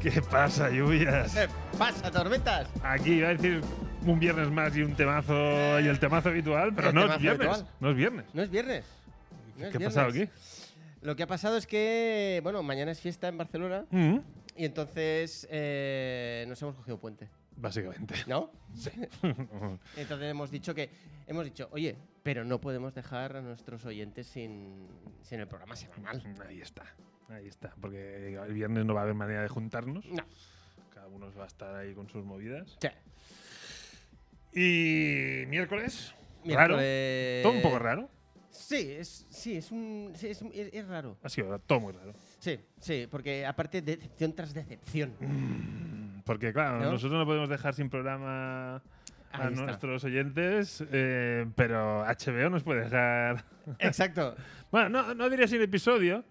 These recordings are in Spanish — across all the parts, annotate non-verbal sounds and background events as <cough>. ¿Qué pasa, lluvias? ¿Qué pasa, tormentas? Aquí iba a decir un viernes más y un temazo y el temazo habitual, pero El no es temazo viernes. habitual. No es viernes. No es viernes. No es ¿Qué ha viernes. pasado aquí? Lo que ha pasado es que, bueno, mañana es fiesta en Barcelona Mm, y entonces eh, nos hemos cogido puente, <laughs> Básicamente. ¿no? Entonces hemos dicho que, hemos dicho, oye, pero no podemos dejar a nuestros oyentes sin, sin el programa semanal. Ahí está. Ahí está. Porque el viernes no va a haber manera de juntarnos. No. Cada uno va a estar ahí con sus movidas. Sí. Y miércoles. Raro. Miércoles- Todo un poco raro. Sí, es, sí, es, un, sí, es, un- es- es raro. Ha sido todo muy raro. Sí, sí, porque aparte decepción tras <laughs> decepción. Porque, claro, ¿No? nosotros no podemos dejar sin programa a Ahí está. nuestros oyentes, eh, pero HBO nos puede dejar. Exacto. Bueno, no, no diría sin episodio,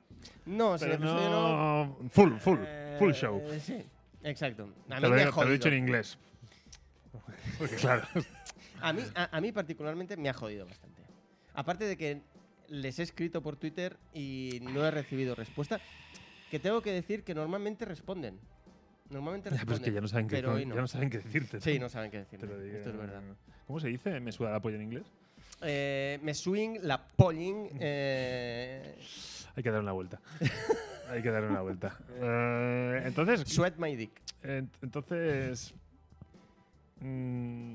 No, si pero el episodio no... no. Full, full, full Eh, show. Sí, exacto. Te A mí lo, me ha digo- te lo he dicho en jodido. inglés. Porque, <laughs> claro. A mí, a, a mí particularmente me ha jodido bastante. Aparte de que les he escrito por Twitter y no he recibido respuesta, que tengo que decir que normalmente responden. Normalmente Ya, responden. pero es que ya no saben qué, pero hoy no. ya no saben qué decirte. Sí, no saben qué decir. Te lo digo. Esto es verdad. ¿Cómo se dice? ¿Me suda la polla en inglés? Eh, me swing la polling. eh, Hay que dar una <laughs> vuelta. Hay que dar una vuelta. Eh, entonces, sweat my dick. <laughs> Ent- Entonces. mm,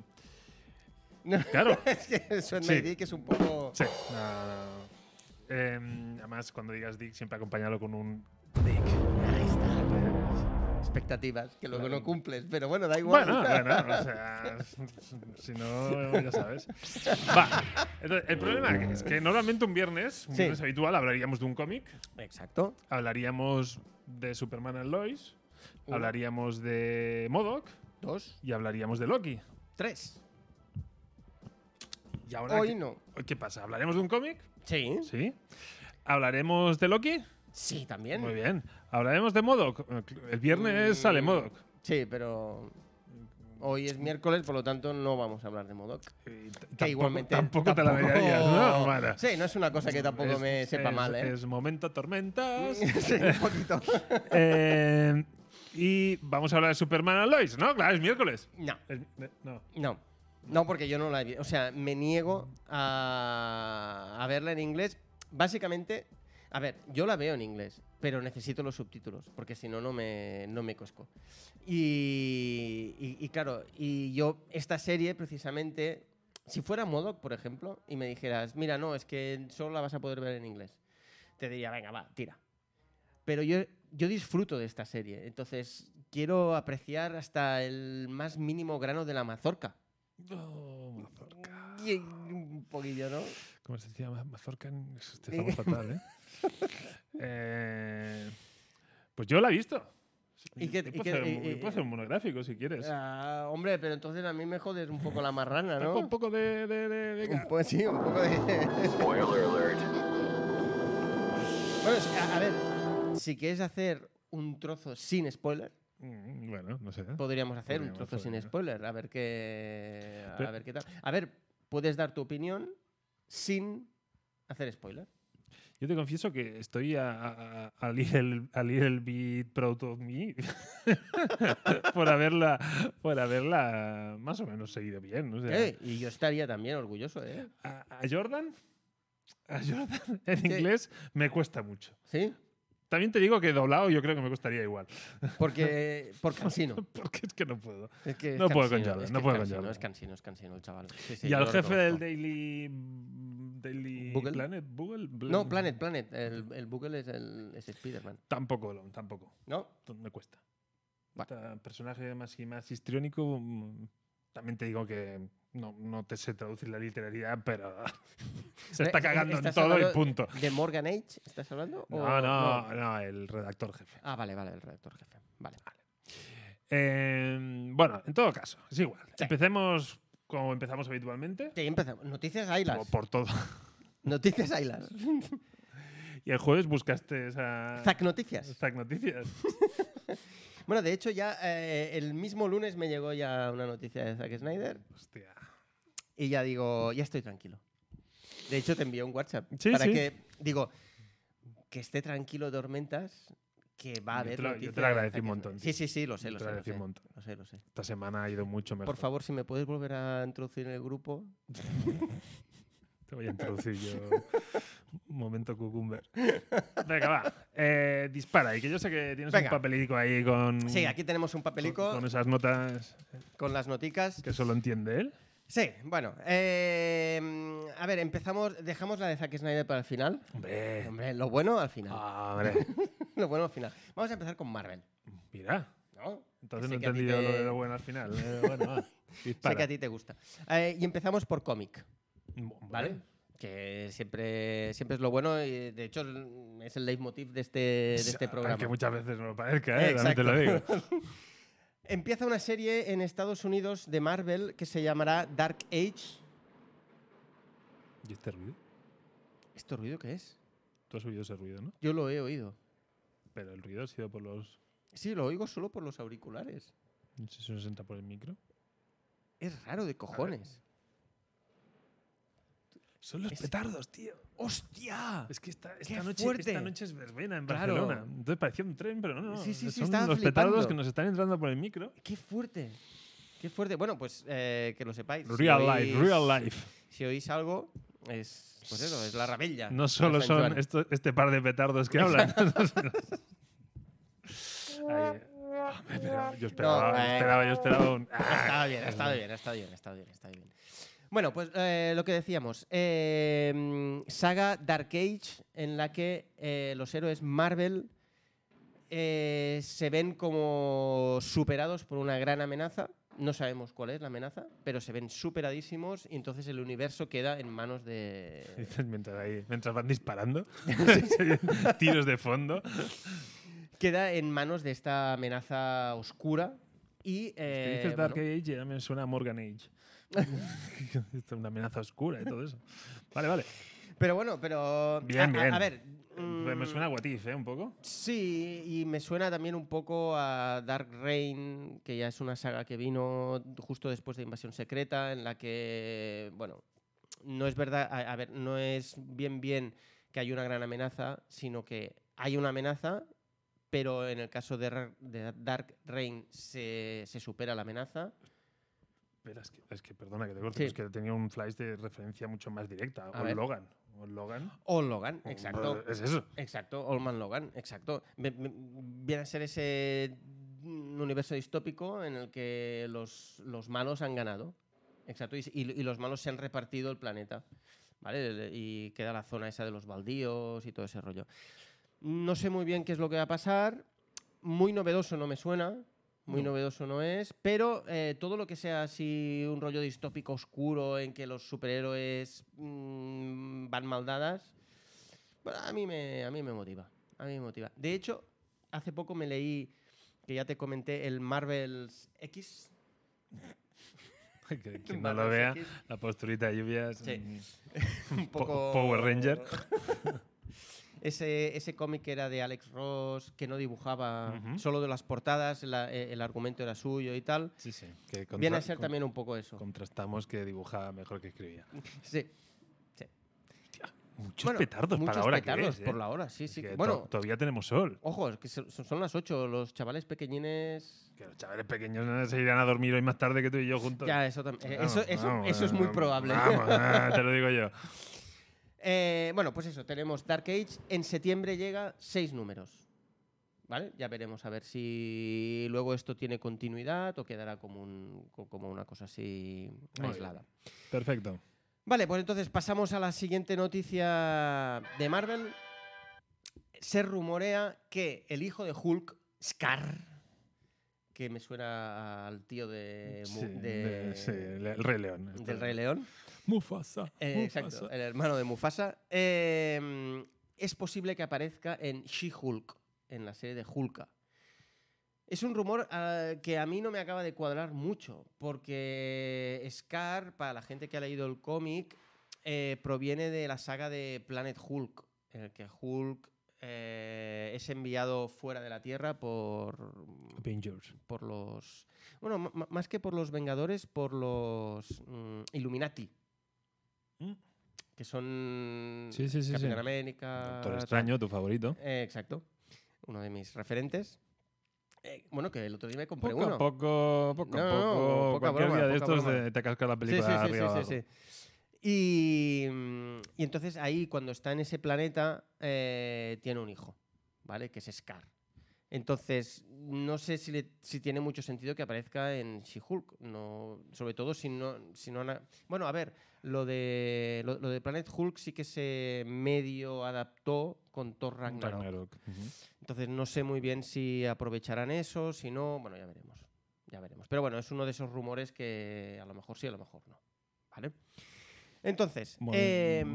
No, claro. es que sweat Sí. my dick es un poco. sí. No, no, no. Em, además, cuando digas Dick, siempre acompáñalo con un Dick. Ahí está. Expectativas que luego no cumples, pero bueno, da igual. <laughs> Bueno, bueno, o sea, si no, ya sabes. Va. Entonces, el problema es que normalmente un viernes, un Sí. viernes habitual, hablaríamos de un cómic, Exacto. hablaríamos de Superman and Lois, Uno. hablaríamos de Modoc Dos, y hablaríamos de Loki. tres. Y ahora, Hoy ¿qué- no. ¿qué pasa? ¿Hablaremos de un cómic? Sí. Sí. ¿Hablaremos de Loki? Sí, también. Muy bien. ¿Hablaremos de Modoc? El viernes Mm. sale Modoc. Sí, pero hoy es miércoles, por lo tanto no vamos a hablar de Modoc. Y t- Que igualmente. Tampoco te la darías, <laughs> ¿no? Mala. Sí, no es una cosa que tampoco Es- me sepa es- mal, ¿eh? Es momento tormentas. <laughs> sí, un poquito. Eh, y vamos a hablar de Superman and Lois, ¿no? Claro, es miércoles. No, Es- eh, <laughs> no. no. No, porque yo no la he visto. O sea, me niego a, a verla en inglés. Básicamente, a ver, yo la veo en inglés, pero necesito los subtítulos, porque si no, no me, no me cosco. Y, y- y claro, y yo, esta serie precisamente, si fuera Modoc, por ejemplo, y me dijeras, mira, no, es que solo la vas a poder ver en inglés, te diría, venga, va, tira. Pero yo, yo disfruto de esta serie, entonces quiero apreciar hasta el más mínimo grano de la mazorca. Oh, No, mazorca. Y un poquillo, ¿no? ¿Cómo se decía? Ma- Mazorca. <laughs> en- Hostia, Estamos fatal, ¿eh? Eh, Pues yo la he visto. ¿Y Yo- qué- yo y puedo qué- hacer un- y- y- yo puedo hacer un monográfico si quieres. Ah, hombre, pero entonces a mí me jodes un poco la marrana, Tampoco ¿no? Un poco de. de, de- de- Un po- <laughs> sí, un poco de... Spoiler alert. Bueno, es que, a, a ver, si quieres hacer un trozo sin spoiler, Mm, Bueno, no sé. podríamos hacer un Podríamos, trozo sin podríamos. spoiler, a ver qué a Pero- ver qué tal. A ver, puedes dar tu opinión sin hacer spoiler. Yo te confieso que estoy a, a, a- a little, a little bit proud of me <laughs> por haberla, por haberla más o menos seguido bien. o sea, Eh, Y yo estaría también orgulloso, ¿eh? a, a Jordan, a Jordan <laughs> en inglés me cuesta mucho. Sí, También te digo que doblado yo creo que me costaría igual, <laughs> porque por cansino. porque es que no puedo. Es que es No puedo con cansino, Jordan, es no que puedo es con cansino, Jordan. Es cansino, es cansino el chaval. Sí, sí, y yo al lo jefe del reconozco. Daily, Daily Bugle. Planet, Bugle, Bl- No, Planet, Planet. El, el Google es, el, es Spider-Man, Tampoco, Elon, tampoco. ¿no? Me cuesta. Ta- Personaje más y más histriónico. mm, También te digo que no, no te sé traducir la literalidad, pero <laughs> se está Eh, cagando en ¿estás todo y hablando punto. ¿De Oh, Morgan Age estás hablando? o No, no, no, el redactor jefe. Ah, vale, vale, el redactor jefe. Vale. Eh, bueno, en todo caso, es igual. Sí. Empecemos como empezamos habitualmente. Sí, empezamos. Noticias Por, Ailas. por todo. <laughs> Noticias Ailas. Y el jueves buscaste esa. Zack Noticias. Zack Noticias. Bueno, de hecho, ya eh, el mismo lunes me llegó ya una noticia de Zack Snyder Hostia. y ya digo, ya estoy tranquilo. De hecho, te envié un WhatsApp Sí, para sí. que, digo, que esté tranquilo Tormentas, que va a Yo haber te lo- yo te noticias lo agradecí de Zack un montón, Snyder. tío. Sí, sí, sí, lo sé, Yo te lo sé. Lo agradecí sé, un montón. lo sé, lo sé. Esta semana ha ido mucho mejor. Por favor, si me puedes volver a introducir en el grupo. Te voy a introducir yo. <laughs> Un momento, cucumber. Venga, va. Eh, dispara. Y que yo sé que tienes Venga. un papelico ahí con. Sí, aquí tenemos un papelico Mm. con, con esas notas con las noticas. que solo entiende él. Sí, bueno. eh, mm, a ver, empezamos. Dejamos la de Zack Snyder para el final. Hombre. Hombre, lo bueno al Ah. final. Hombre. <laughs> Lo bueno al final. Vamos a empezar con Marvel. Mira. ¿no? Entonces Sé no he que a ti entendido te- lo de lo bueno al final. Eh, bueno, <laughs> va. Sé que Dispara. a ti te gusta. Eh, y empezamos por cómic, Hombre. ¿vale? Que siempre, siempre es lo bueno y de hecho es el leitmotiv de este, de este programa. Aunque muchas veces no lo parezca, ¿eh? También te lo digo. Exacto. <laughs> Empieza una serie en Estados Unidos de Marvel que se llamará Dark Age. <laughs> ¿Y este ruido? ¿Este ruido qué es? Tú has oído ese ruido, ¿no? Yo lo he oído. Pero el ruido ha sido por los. Sí, lo oigo solo por los auriculares. No sé si nos entra por el micro. Es raro de cojones. Son los Es- petardos, tío. ¡Hostia! Es que esta, ¡Qué esta, noche, fuerte! esta noche es verbena en Claro. Barcelona. Entonces parecía un tren, pero no. no. Sí, sí, sí, Son estaba los flipando. petardos que nos están entrando por el micro. ¡Qué fuerte! ¡Qué fuerte! Bueno, pues eh, que lo sepáis. Si Real oís- life, real life. Si oís algo, es, pues eso, es la rabella. No solo de San son Joan. esto- este par de petardos que hablan. <laughs> Ay, hombre, pero yo esperaba, bueno. yo esperaba, yo esperaba un. ah, Estaba bien, estaba bien, estaba bien, estaba bien, estaba bien. Bueno, pues eh, lo que decíamos, eh, mm, saga Dark Age en la que eh, los héroes Marvel eh, se ven como superados por una gran amenaza. No sabemos cuál es la amenaza, pero se ven superadísimos y entonces el universo queda en manos de... Dices, Mientras, ahí- mientras van <laughs> disparando, <laughs> tiros de fondo. queda en manos de esta amenaza oscura y... Es que eh, dices Dark bueno, Age, ya me suena a Morgan <laughs> Age. <laughs> Esto es una amenaza oscura y todo eso. Vale, vale. pero bueno, pero... Bien, a- a, bien. A ver... Me mm, suena a What If, ¿eh? Un poco. Sí, y me suena también un poco a Dark Reign, que ya es una saga que vino justo después de Invasión Secreta, en la que, bueno, no es verdad, a, a ver, no es bien bien que hay una gran amenaza, sino que hay una amenaza, pero en el caso de, Ra- de Dark Reign se, se supera la amenaza. Espera, es que, es que perdona que te corte, Sí. es que tenía un flash de referencia mucho más directa. A o ver. Logan. O Logan. O Logan, exacto. Es eso. <laughs> Exacto, Olman Logan, exacto. Ve- ve- Viene a ser ese mm, universo distópico en el que los, los malos han ganado. Exacto, y, s- y- y los malos se han repartido el planeta. ¿Vale? El- Y queda la zona esa de los baldíos y todo ese rollo. No sé muy bien qué es lo que va a pasar. Muy novedoso no me suena. Muy No. novedoso no es, pero eh, todo lo que sea así un rollo distópico oscuro en que los superhéroes mm, van maldadas, bueno, a mí me, a mí me motiva. A mí me motiva. De hecho, hace poco me leí, que ya te comenté, el Marvel's X. Que quien no lo vea, la posturita de lluvias. Sí. mm, un <laughs> po- Power <laughs> Ranger. Ese, ese cómic que era de Alex Ross, que no dibujaba, Ujú. solo de las portadas, la- eh, el argumento era suyo y tal. Sí, sí. Que Viene contra- a ser con- también un poco eso. Contrastamos que dibujaba mejor que escribía. Sí. Muchos Bueno, petardos muchos para ahora petardos que es, ¿eh? por la hora, sí, Es sí. que to- Bueno, todavía tenemos sol. ojo, es que son son las 8, los chavales pequeñines Que los chavales pequeños no se irán a dormir hoy más tarde que tú y yo juntos. Ya, eso también. Vamos, eso, eso- vamos, eso es muy vamos, probable. vamos, <laughs> ah, te lo digo yo. Eh, bueno, pues eso, tenemos Dark Age. En septiembre llega seis números. ¿Vale? Ya veremos a ver si luego esto tiene continuidad o quedará como, un- co- como una cosa así Muy bien. aislada. Perfecto. Vale, pues entonces pasamos a la siguiente noticia de Marvel. Se rumorea que el hijo de Hulk, Scar, que me suena al tío de, Mu- Sí, de- de- sí, el el Rey León. este del Rey León. Mufasa. Eh, exacto, Mufasa. el hermano de Mufasa. Eh, es posible que aparezca en She-Hulk, en la serie de Hulka. Es un rumor ah, que a mí no me acaba de cuadrar mucho, porque Scar, para la gente que ha leído el cómic, eh, proviene de la saga de Planet Hulk, en el que Hulk eh, es enviado fuera de la Tierra por, Avengers. por los... Bueno, m- m- más que por los Vengadores, por los mm, Illuminati Mm. que son Sí, sí, sí, sí. Capitán América. Doctor Ah, tal. Extraño, tu favorito. Eh, exacto. Uno de mis referentes. Eh, bueno, que el otro día me compré Poco uno. a poco, poco a No, no, poco. poca cualquier broma, día de poca estos broma. eh, te casca la Sí, sí, película sí, arriba sí, abajo. sí, sí. Y, mm, y entonces ahí, cuando está en ese planeta, eh, tiene un hijo, ¿vale? Que es Scar. Entonces, no sé si, le- si tiene mucho sentido que aparezca en She-Hulk. No, sobre todo si no, si no han a- Bueno, a ver, lo de, lo, lo de Planet Hulk sí que se medio adaptó con Thor Ragnarok. Ragnarok. Ujú. Entonces no sé muy bien si aprovecharán eso, si no, bueno, ya veremos. Ya veremos. Pero bueno, es uno de esos rumores que a lo mejor sí, a lo mejor no. ¿Vale? Entonces, Mo- em,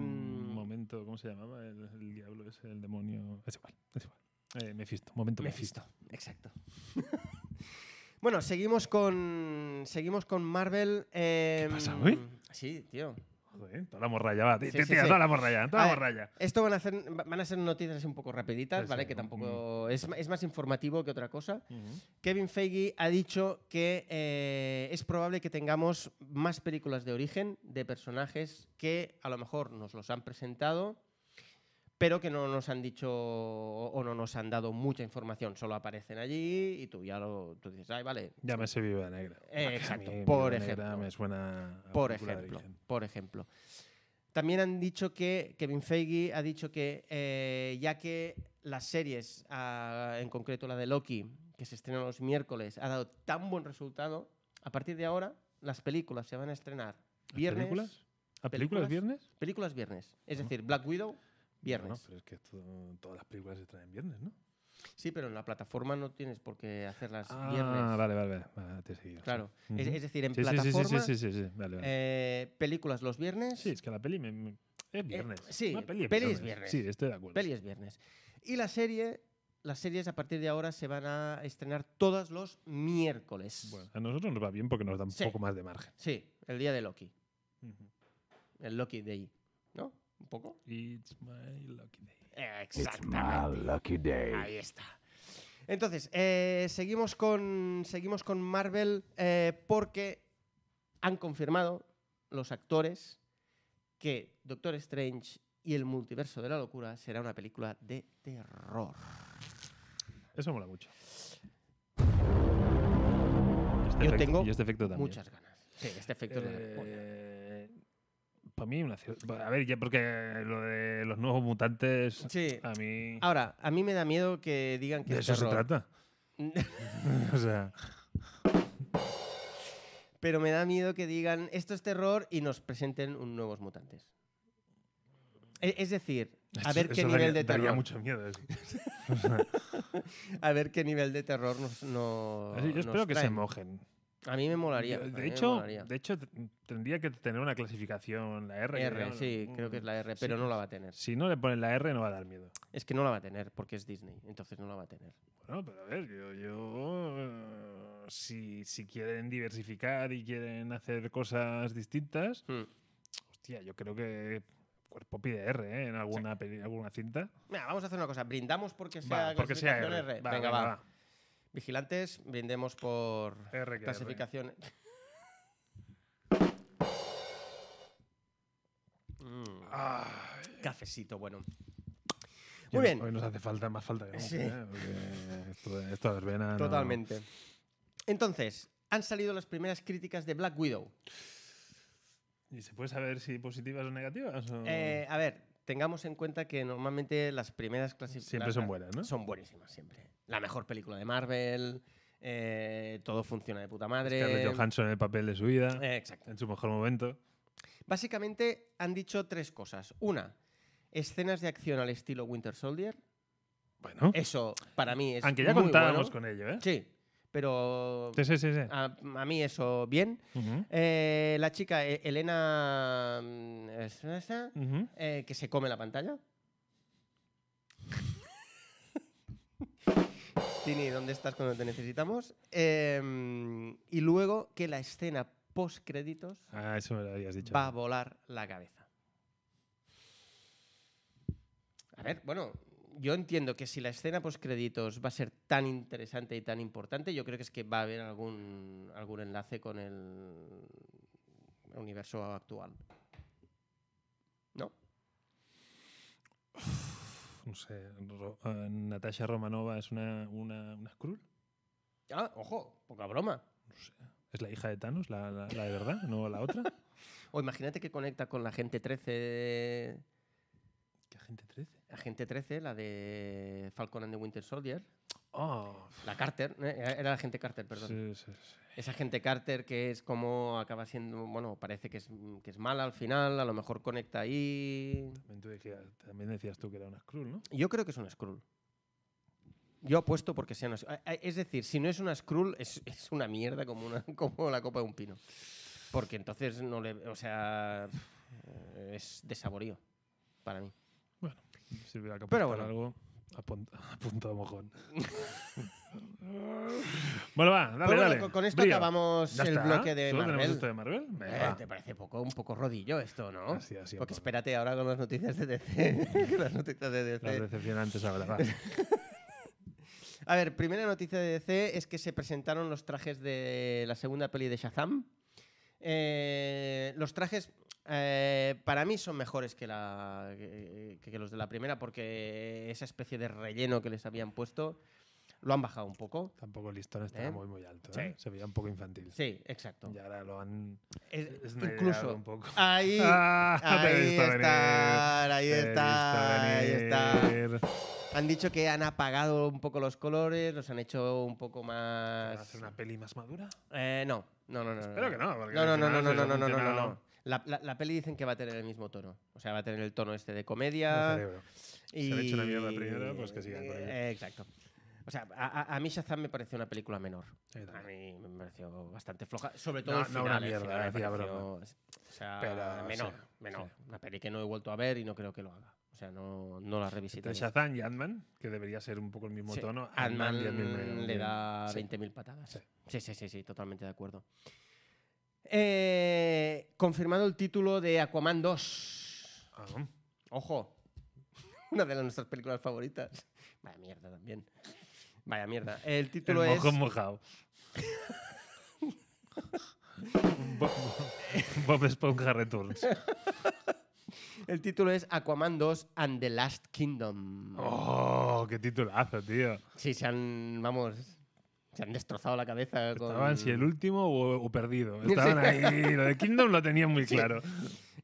momento, ¿cómo se llamaba? El, el diablo es el demonio. Es igual, es igual. Eh, Mephisto, momento Mephisto. Mephisto. Exacto. <laughs> bueno, seguimos con. Seguimos con Marvel. em, pasa hoy? Sí, tío. Joder, toda la morralla, va. Tía, Sí, sí, tía, sí. toda la morralla, toda A la ver, morralla. Esto van a, hacer, van a ser noticias así un poco rapiditas, Sí, ¿vale? sí, que ¿no? Mm. tampoco. Es, ma- es más informativo que otra cosa. Kevin Feige ha dicho que eh, es probable que tengamos más películas de origen de personajes que a lo mejor nos los han presentado, pero que no nos han dicho o o no nos han dado mucha información. Solo aparecen allí y tú ya lo tú dices, ay, vale. Llámese Viuda Negra. Eh, A mí exacto, Viuda por Negra ejemplo. me suena a Por película de ejemplo, origen. por ejemplo. También han dicho que Kevin Feige ha dicho que eh, ya que las series, ah, en concreto la de Loki, que se estrena los miércoles, ha dado tan buen resultado, a partir de ahora las películas se van a estrenar ¿Las viernes. películas? ¿A películas películas, viernes? películas viernes. Es Ah. pues. decir, Black Widow viernes. No, pero es que esto- todas las películas se traen viernes, ¿no? Sí, pero en la plataforma no tienes por qué hacerlas Ah, viernes. vale, vale, vale. Ah, te he seguido. sí. Claro. Ujú. es, es decir, en Sí, sí, sí, plataforma, sí, sí, sí, sí, vale, vale. eh, películas los viernes. sí, es que la peli me- me- es viernes. eh, sí, Una peli es peli es viernes. viernes. Sí, estoy de acuerdo. Peli es viernes. Y la serie, las series a partir de ahora se van a estrenar todos los miércoles. Bueno, a nosotros nos va bien porque nos da un Sí. poco más de margen. Sí, el día de Loki. El Loki Day. ¿No? ¿Un poco? It's my lucky day. Exactamente. Ahí está. Entonces, eh, seguimos, con, seguimos con Marvel eh, porque han confirmado los actores que Doctor Strange y el multiverso de la locura será una película de terror. Eso mola mucho. Yo tengo y este efecto también. Eh, Muchas ganas. Sí, este efecto es la polla. Para mí, una cier- A ver, ya porque lo de los nuevos mutantes. Sí. A mí. Ahora, a mí me da miedo que digan que de es eso se <laughs> terror. trata. o sea. Pero me da miedo que digan esto es terror y nos presenten un nuevos mutantes. E- Es decir, a eso- ver qué eso daría- nivel de daría terror, mucho miedo. eso. a ver qué nivel de terror nos, no- Así, yo nos espero que se traen. mojen. A mí me molaría. Yo, a mí de, me hecho, molaría. de hecho, t- tendría que tener una clasificación, la R. que R, digamos, sí, creo que es la R, pero sí. no la va a tener. Si no le ponen la R, no va a dar miedo. Es que no la va a tener porque es Disney, entonces no la va a tener. Bueno, pero a ver, yo. yo, eh, si, si quieren diversificar y quieren hacer cosas distintas, Hmm. hostia, yo creo que cuerpo pide R ¿eh? en alguna, peli- alguna cinta. Mira, vamos a hacer una cosa. Brindamos porque sea, Va, porque sea clasificación R. R. Venga, va. Vigilantes, brindemos por R que clasificación. Mm, Ay, cafecito, Ah, bueno. hoy- Muy bien. Hoy nos hace falta más falta que nunca, Sí. ¿eh? Porque esto, de- esto de verbena. no- Totalmente. Entonces, han salido las primeras críticas de Black Widow. ¿Y se puede saber si positivas o negativas? o- Eh, a ver, tengamos en cuenta que normalmente las primeras clasificaciones. Siempre son buenas, ¿no? Son buenísimas, siempre. La mejor película de Marvel, eh, todo funciona de puta madre. Scarlett Johansson en el papel de su vida, Eh, exacto. en su mejor momento. Básicamente han dicho tres cosas. Una, escenas de acción al estilo Winter Soldier. Bueno, Eso para mí es. aunque ya muy contábamos con bueno. ello, ¿eh? Sí, Ah. pero Sí, sí, sí. sí. a, a mí eso bien. Ujú, Eh, la chica eh, Elena mm, es- esa, ujú. eh, que se come la pantalla. <laughs> Tini, ¿dónde estás cuando te necesitamos? Eh, y luego que la escena post créditos Ah, eso me lo habías dicho. va a volar la cabeza. A ver, bueno, yo entiendo que si la escena post créditos va a ser tan interesante y tan importante, yo creo que es que va a haber algún, algún enlace con el universo actual. ¿No? No sé, Ro- eh, Natasha Romanova es una, una, una Skrull. Ah, ojo, poca broma. ¿Es la hija de Thanos, la, la- la de verdad, no la otra? O imagínate que conecta con la gente 13 de- <laughs> ¿Qué agente 13? Agente 13, la de Falcon and the Winter Soldier. Oh, La Carter, eh, era la gente Carter, perdón. sí, sí, sí. Esa gente Carter que es como acaba siendo, bueno, parece que es, que es mala al final, a lo mejor conecta ahí. También, tú decías, también decías tú que era una Skrull, ¿no? Yo creo que es una Skrull. Yo apuesto porque sea una Skrull. Es decir, si no es una Skrull, es, es una mierda como, una, <laughs> como la copa de un pino. Porque entonces no le. O sea. eh, Es de saborío para mí. Si hubiera que Pero apuntar bueno. algo, apunta, <laughs> apunta a mojón. <laughs> bueno, va, dale, Pues bueno, dale. con- con esto brío. acabamos Ya el está. bloque de ¿Solo tenemos Marvel. esto de Marvel? Eh, Venga, ¿Te parece poco? Un poco rodillo esto, ¿no? Así, así, Porque un poco. espérate ahora con las noticias de DC. <laughs> que las noticias de DC. Las decepcionantes ahora, <laughs> va. A ver, primera noticia de DC es que se presentaron los trajes de la segunda peli de Shazam. Eh, los trajes eh, para mí son mejores que, la, que, que los de la primera porque esa especie de relleno que les habían puesto lo han bajado un poco. Tampoco el listón estaba ¿Eh? muy, muy alto. Sí. ¿eh? Se veía un poco infantil. Sí, exacto. Y ahora lo han... Es- snideado incluso Un poco. ahí, <laughs> Ah, te he ahí visto venir, está, ahí te he está, ahí visto está. venir. Han dicho que han apagado un poco los colores, los han hecho un poco ¿Van a más. hacer una peli más madura? Eh, no, no, no, no. Espero que no. porque No, al no, no, no, final no, se les no, ha no, no, no, no, funcionado no. La, la- la peli dicen que va a tener el mismo tono. O sea, va a tener el tono este de el comedia. cerebro. Y... han hecho una mierda primero, pues que sigan con ello. Eh, exacto. O sea, a, a- a mí Shazam me pareció una película menor. Ahí A está. mí me pareció bastante floja. Sobre todo No, el no final. una el mierda, final me hacía pareció- broma. O sea, Pero, menor, sí, menor. sí. Una peli que no he vuelto a ver y no creo que lo haga. O sea, no, no la Entre revisité. Shazam y Ant-Man, que debería ser un poco el mismo Sí, tono, Ant-Man 10.000 le da Sí. 20.000 patadas. Sí. Sí. sí, sí, sí, totalmente de acuerdo. Eh, confirmado el título de Aquaman 2. Ah, Ojo, <laughs> una de las- nuestras películas favoritas. Vaya mierda también. Vaya mierda. El el título es. mojo <laughs> mojado. Bob, Bob Esponja <laughs> Returns. El título es Aquaman 2 and the Last Kingdom. ¡Oh, qué titulazo, tío! Sí, se han. Vamos. Se han destrozado la cabeza con. Estaban si el último o, o perdido. <laughs> Sí. Estaban ahí. Lo de Kingdom lo tenían muy claro.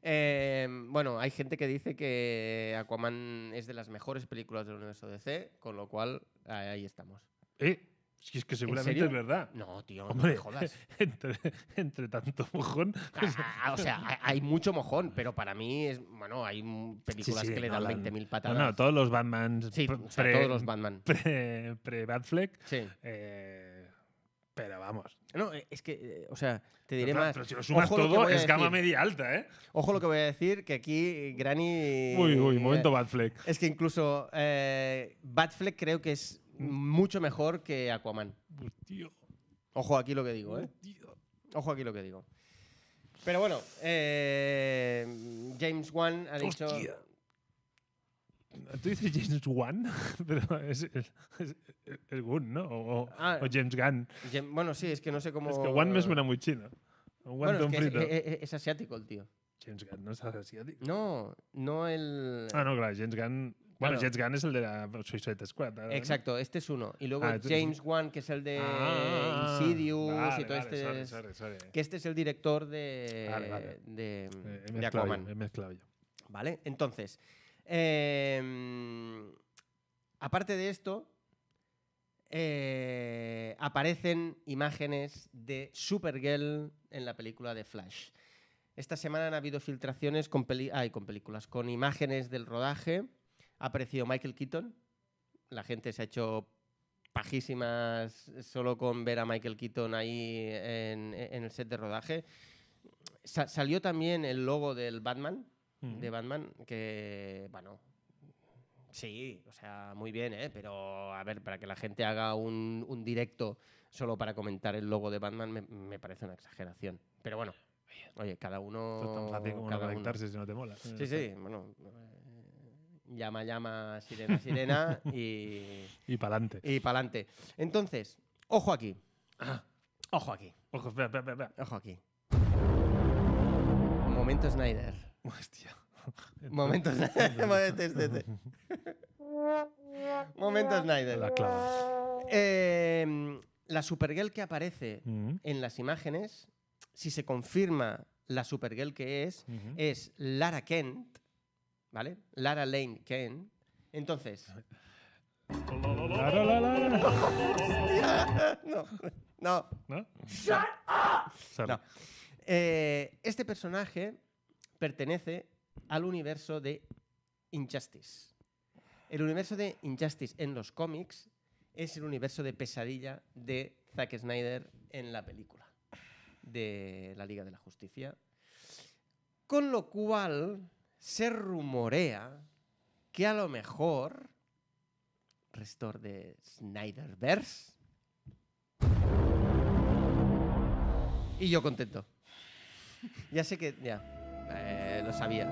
Eh, bueno, hay gente que dice que Aquaman es de las mejores películas del universo DC, con lo cual ahí ahí estamos. Eh, si es que seguramente serio? es verdad. <laughs> No, tío, Hombre. no me jodas. Entre, entre tanto mojón. Ah, o sea, ha- hay mucho mojón, pero para mí es. Bueno, hay mm, películas Sí, sí, que le no, dan la- 20.000 No, patadas. no, todos los Batmans sí, pre- o sea, pre- todos los Batman. pre, pre Batfleck. Sí. eh, pero vamos. No, eh, es que, eh, o sea, te diré Pero claro, más. Pero si lo sumas Ojo lo que todo, voy a es gama decir. media alta, ¿eh? Ojo lo que voy a decir, que aquí eh, Granny. Uy, uy, momento eh, Batfleck. Es que incluso eh, Batfleck creo que es mucho mejor que Aquaman. Uy, tío, Ojo aquí lo que digo, uy, ¿eh? tío. Ojo aquí lo que digo. Pero bueno, eh, James Wan ha dicho. Hostia. Tú dices James Wan, <laughs> pero es, es, es- es Gunn, ¿no? O, o- Ah. o James Gunn. Jam- bueno, sí, es que no sé cómo. Es que Wan me suena muy chino. Wan bueno, Don es, que es, eh, Frito. es- es- es asiático el tío. James Gunn, ¿no es asiático? No, no el. Ah, no, claro, James Gunn. Bueno, Claro. James Gunn es el de la Suicide Squad. ahora, ¿no? Exacto, este es uno. Y luego Ah, tú- James Wan, que es el de Ah, Insidious vale, y todo vale, sorry, este. sorry, sorry. Que este es el director de. Vale, vale. de, Eh, he mezclado de yo, Aquaman. he mezclado yo. ¿Vale? Entonces, em, aparte de esto, eh, aparecen imágenes de Supergirl en la película de Flash. Esta semana han habido filtraciones con, peli- ay, con películas, con imágenes del rodaje. Ha aparecido Michael Keaton. La gente se ha hecho pajísimas solo con ver a Michael Keaton ahí en, en el set de rodaje. Sa- salió también el logo del Batman, Mm. de Batman, que, bueno, sí, o sea, muy bien, ¿eh? Pero, a ver, para que la gente haga un, un directo solo para comentar el logo de Batman me, me parece una exageración. Pero bueno, oye, cada uno... Esto es tan fácil como no cada uno. conectarse si no te mola. Sí, sí, bueno... eh, Llama, llama, sirena, sirena y, Y para adelante. y para adelante. Entonces, ojo aquí. Ojo aquí. Ojo, espera, espera, espera, espera. Ojo aquí. Momento Snyder. Hostia. <laughs> Momento Snyder. Momento, este, este. Momento Snyder. La clava. Eh, la Supergirl que aparece Mm. en las imágenes, si se confirma la Supergirl que es, Ujú. es Lara Kent, ¿vale? Lara Lane Kent. Entonces, La, la, la, la, la. <laughs> no, no, ¿No? Sorry. No. Eh, este personaje pertenece al universo de Injustice. El universo de Injustice en los cómics es el universo de pesadilla de Zack Snyder en la película de la Liga de la Justicia. Con lo cual se rumorea que a lo mejor Restor de Snyderverse. Y yo contento. Ya sé que. Ya. eh, lo sabía.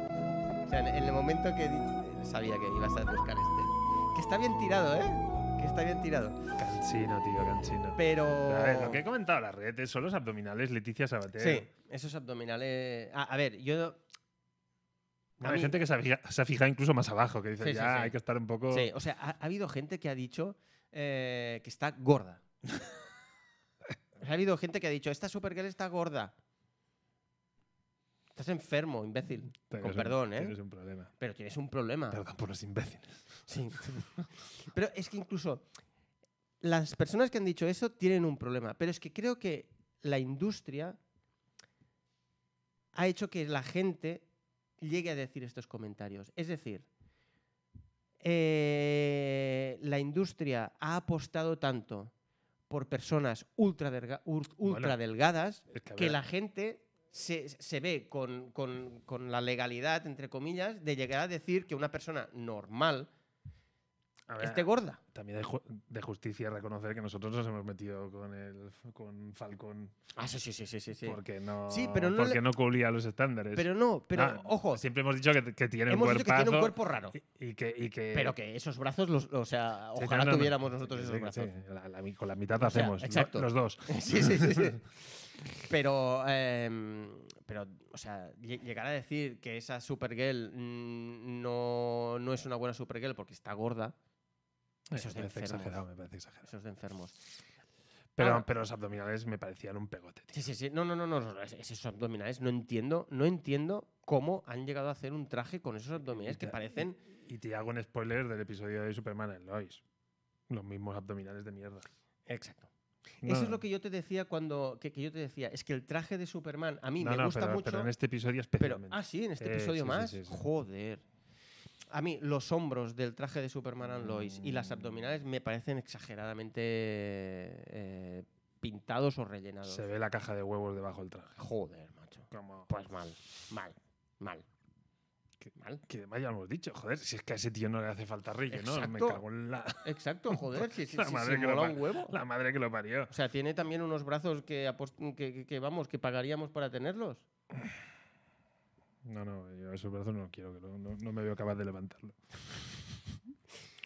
O sea, en, en el momento que di- eh, sabía que ibas a buscar este. Que está bien tirado, ¿eh? Que está bien tirado. Cansino, tío, cansino. Pero. A ver, lo que he comentado la red es- son los abdominales Leticia Sabater. Sí, esos abdominales. Ah, a ver, yo. No, A hay mí- gente que se ha, fija- se ha fijado incluso más abajo, que dice, Sí, sí, ya, sí. hay que estar un poco... Sí, o sea, ha, ha habido gente que ha dicho eh, que está gorda. <laughs> ha habido gente que ha dicho, esta Supergirl está gorda. Estás enfermo, imbécil. Tienes Con un- perdón, ¿eh? Ah. Tienes un problema. Pero tienes un problema. Perdón por los imbéciles. Sí. <laughs> pero es que incluso las personas que han dicho eso tienen un problema. Pero es que creo que la industria ha hecho que la gente llegue a decir estos comentarios. Es decir, eh, la industria ha apostado tanto por personas ultra, delga- ur- ultra Bueno, delgadas Es que, a que ver, la gente se, se ve con, con- con la legalidad, entre comillas, de llegar a decir que una persona normal a ver, esté gorda. También de, ju- de justicia reconocer que nosotros nos hemos metido con el con Falcon Ah, sí, sí, sí, sí, sí. porque no Sí, pero no porque le- no cubría los estándares. Pero no, pero Ah, ojo, Siempre hemos dicho que, que tiene un hemos dicho que tiene cuerpazo un cuerpo raro. y- y, que, eh, y que... Pero que esos brazos, los, o sea, Sí, no, ojalá no, no. tuviéramos Sí, nosotros sí, esos sí, brazos. la- la- con la mitad sea, hacemos, lo- exacto. los dos. <laughs> Sí, sí, sí. sí. Pero, em, pero, o sea, lle- llegar a decir que esa Supergirl mm, no, no es una buena Supergirl porque está gorda, Eso es <laughs> de me parece enfermos. Ah, exagerado, me parece exagerado. eso es de enfermos. Pero, Ahora- pero los abdominales me parecían un pegote, tío. Sí, sí, sí. No, no, no, no. no, es- Esos abdominales. No entiendo, no entiendo cómo han llegado a hacer un traje con esos abdominales que Ya, y- parecen. Y te hago un spoiler del episodio de Superman en Lois. Los mismos abdominales de mierda. Exacto. No, Eso es no. lo que yo te decía cuando. Que, que yo te decía. Es que el traje de Superman a mí No, me no, gusta pero, mucho. Pero Pero, en este episodio especialmente. ah, sí, en este Eh, episodio sí, sí, más. sí, sí. Joder. A mí, los hombros del traje de Superman and Lois y las Mm. abdominales me parecen exageradamente eh, pintados o rellenados. Se ve la caja de huevos debajo del traje. Joder, macho. Como, Pues mal, mal, <laughs> mal. Mal. que además ya lo hemos dicho, joder, si es que a ese tío no le hace falta relleno, ¿no? Me Exacto. cago en la, <laughs> Exacto, joder, si, si, la si- madre si que lo mola pa- un huevo. la madre que lo parió. O sea, tiene también unos brazos que, apost- que, que- que, vamos, que pagaríamos para tenerlos. No, no, yo esos brazos no quiero, que lo- no, no me veo capaz de levantarlo.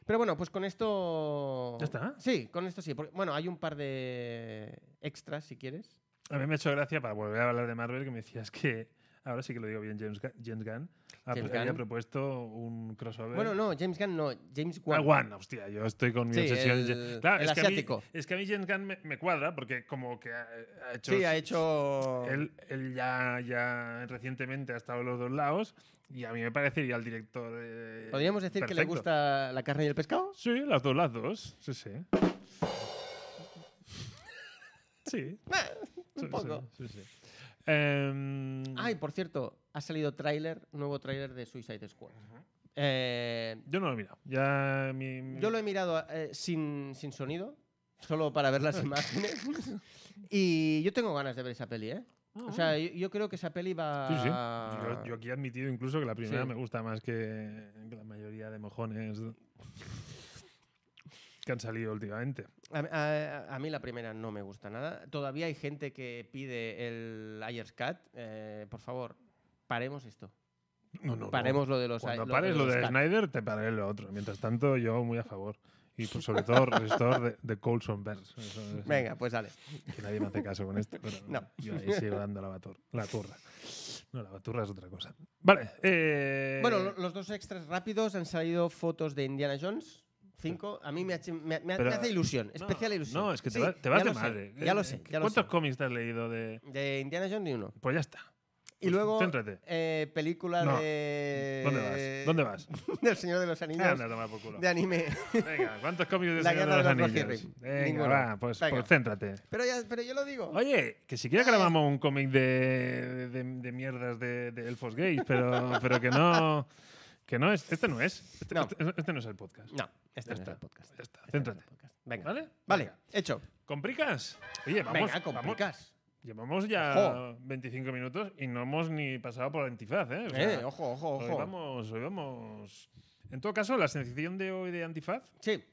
Pero bueno, pues con esto... ¿Ya está? Sí, con esto sí. porque, bueno, hay un par de extras, si quieres. A mí me ha hecho gracia para volver a hablar de Marvel que me decías que, ahora sí que lo digo bien, James Gunn, James Gunn, ha- James había Gunn. propuesto un crossover. Bueno, no, James Gunn no, James Wan. Ah, Wan, hostia, yo estoy con mi Sí, obsesión. el- el es Que a asiático. mí, es que a mí James Gunn me, me cuadra porque como que ha, ha hecho... Sí, ha hecho... Él, él ya, ya recientemente ha estado en los dos lados y a mí me parecería el director... eh, ¿Podríamos decir que le perfecto. gusta la carne y el pescado? Sí, las dos, las dos. Sí, sí. Sí. sí, Eh, Un poco. Sí, sí. Em, Ay, por cierto, ha salido tráiler, nuevo tráiler de Suicide Squad. Eh, Yo no lo he mirado. Ya mi, mi- Yo lo he mirado eh, sin, sin sonido, solo para <laughs> ver las imágenes. Y yo tengo ganas de ver esa peli, ¿eh? O sea, yo, yo creo que esa peli va. Ah, Sí, sí. Yo, yo aquí he admitido incluso que la primera Sí. me gusta más que, que la mayoría de mojones que han salido últimamente. A, a- a mí la primera no me gusta nada. Todavía hay gente que pide el Ayers Cut. Eh, por favor, paremos esto. No, no, no. paremos lo de los Cuando lo de pares lo los de cut. Snyder, te pararé lo otro. Mientras tanto, yo muy a favor. Y pues, sobre <laughs> todo, restor de, de Colson Bears. Eso es- Venga, pues dale. Que nadie me hace caso con esto. Pero No. Yo ahí sigo dando la, batur- la turra. No, la baturra es otra cosa. Vale. eh, Bueno, lo- los dos extras rápidos han salido fotos de Indiana Jones. Cinco. A mí me, hace- me- me Pero- hace ilusión, no, especial ilusión. No, es que te, Sí, va- te vas ya de lo sé, madre. Eh, ya lo sé, ya lo ¿Cuántos sé. cómics te has leído de.? De Indiana Jones ni uno. Pues ya está. Y luego, Céntrate. eh, película No. de. ¿Dónde vas? ¿Dónde <laughs> vas? Del Señor de los Anillos. Anda a tomar por culo. de anime. Venga, ¿cuántos cómics de La Señor de los guerra de los Anillos? Rohirrim. Venga, Ninguno. va, pues, Venga. pues céntrate. Pero, ya, pero yo lo digo. Oye, que si quieres grabamos un cómic de, de, de mierdas de, de elfos gays, pero, pero que no. Que no es. Este no es. Este No. este- este no es el podcast. No, este Ya no es está. el podcast. Ya está, Este no es céntrate. el podcast. Venga. ¿Vale? Vale, Venga. hecho. ¿Compricas? Oye, vamos. Venga, con vamos- picas. Llevamos ya Ojo. 25 minutos y no hemos ni pasado por la antifaz, ¿eh? O sea, Eh, ojo, ojo, Hoy ojo. vamos, hoy vamos. En todo caso, la sección de hoy de antifaz Sí,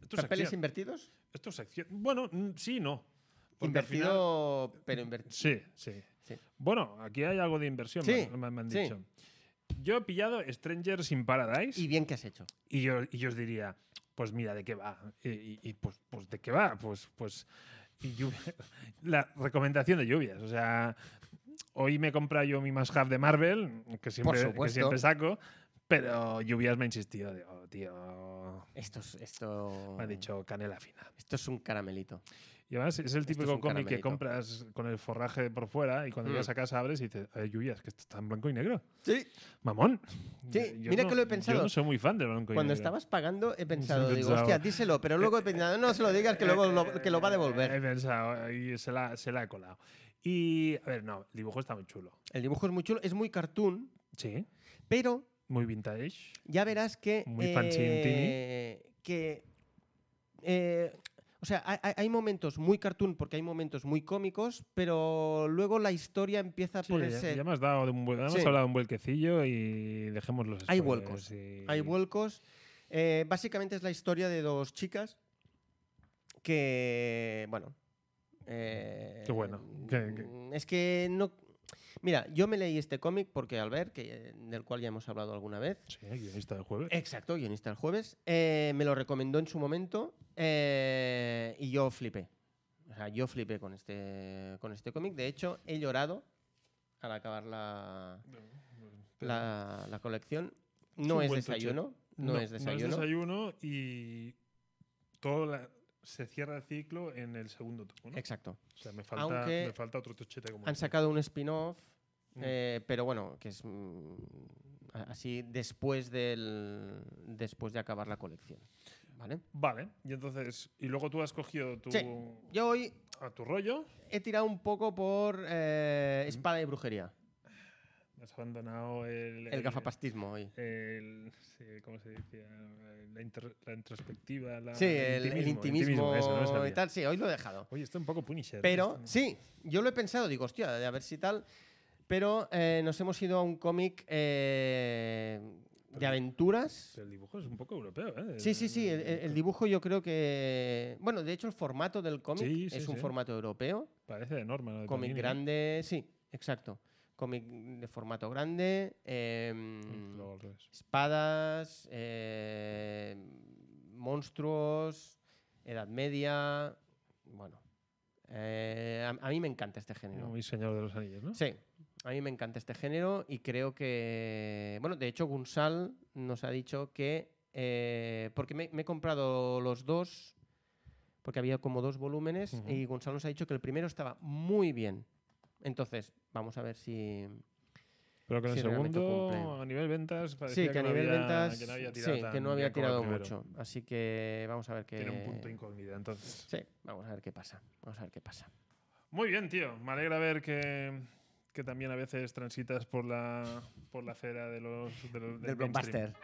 es tu papeles sección. invertidos. Es tu sección. Bueno, mm, sí, y no. Porque al final- Invertido, pero invertido. Sí, sí, Sí. Bueno, aquí hay algo de inversión, Sí, me, me han sí. dicho. Yo he pillado Strangers in Paradise Y y, bien que has hecho. yo, y yo os diría, pues mira, ¿de qué va? Y, y- y pues, pues, ¿de qué va? Pues, pues y lluvias. <laughs> la recomendación de lluvias. O sea, hoy me he comprado yo mi must-have de Marvel, que siempre, que supuesto. siempre saco, pero lluvias me ha insistido. Digo, tío, Esto es, esto... me ha dicho canela fina. Esto es un caramelito. Y además es el Esto es típico un cómic que caramelito. compras con el forraje por fuera y cuando Mm. llegas a casa abres y dices, "Eh, lluvias, que esto está en blanco y negro. Sí. Mamón. Sí, mira que lo he pensado. Yo no soy muy fan del blanco y Cuando negro. estabas pagando he pensado, digo, pensado. hostia, díselo, pero luego he pensado, no se lo digas Eh, que luego lo, que lo va a He devolver. <laughs> pensado, eh, y se la, se la he colado. Y, a ver, no, el dibujo está muy chulo. El dibujo es muy chulo, es muy cartoon, Sí, pero muy vintage. ya verás que. Muy fancy en Que. eh, o sea, hay- hay, hay momentos muy cartoon porque hay momentos muy cómicos, pero luego la historia empieza a Sí, ya, ponerse. ya me has dado de un, vuel- hemos Sí. hablado de un vuelquecillo y dejemos los Hay spoilers vuelcos. y- Hay vuelcos. Eh, básicamente es la historia de dos chicas que. Bueno. eh, Qué bueno, que- que- Es que no. Mira, yo me leí este cómic porque Albert, que, del cual ya hemos hablado alguna vez, Sí, guionista de jueves. Exacto, guionista el jueves. Eh, me lo recomendó en su momento eh, y yo flipé. O sea, yo flipé con este con este cómic. De hecho, he llorado al acabar la, la, la colección. No un es, buen tocho. desayuno. No, es desayuno. desayuno y todo la- se cierra el ciclo en el segundo turno. Exacto. O sea, me falta, Aunque me falta otro tochete como Han este. sacado un spin-off, Mm. eh, pero bueno, que es mm, a- así después del después de acabar la colección. ¿Vale? Vale, y entonces, y luego tú has cogido tu, Sí. Yo hoy a tu rollo, he tirado un poco por eh, espada y brujería. has abandonado el... El gafapastismo hoy. el- sí, ¿Cómo se decía? La, inter- la introspectiva, la, Sí, el, el intimismo, eso, no me y salía. tal, sí, hoy lo he dejado. Oye, está un poco Punisher. Este, Pero esto. sí, yo lo he pensado, digo, hostia, a ver si tal. Pero eh, nos hemos ido a un cómic eh, de Pero- aventuras. Pero este, el dibujo es un poco europeo, ¿eh? Sí, sí, sí, el, el- el dibujo yo creo que... Bueno, de hecho el formato del cómic Sí, sí, es un sí. formato europeo. Parece de Norma. ¿no? De Cómic Panini. grande, sí, exacto. Cómic de formato grande. em, Luego al revés. espadas, eh, monstruos, Edad Media. Bueno, eh, a, a mí me encanta este género. Muy señor de los anillos, ¿no? Sí, a mí me encanta este género y creo que. Bueno, de hecho, Gunsal nos ha dicho que. eh, porque me, me he comprado los dos, porque había como dos volúmenes, Ujú. y Gunsal nos ha dicho que el primero estaba muy bien. Entonces, vamos a ver si. Pero que en el Sí, realmente segundo, cumple. a nivel ventas, Sí, parecía que a no nivel había- ventas. que no había tirado, sí, tan que no bien como había el tirado primero. mucho. Así que vamos a ver qué. Tiene un punto incógnito, entonces. Sí, vamos a ver qué pasa. Vamos a ver qué pasa. Muy bien, tío. Me alegra ver que, que también a veces transitas por la, por la acera de los, de los- mainstream. Del blockbuster.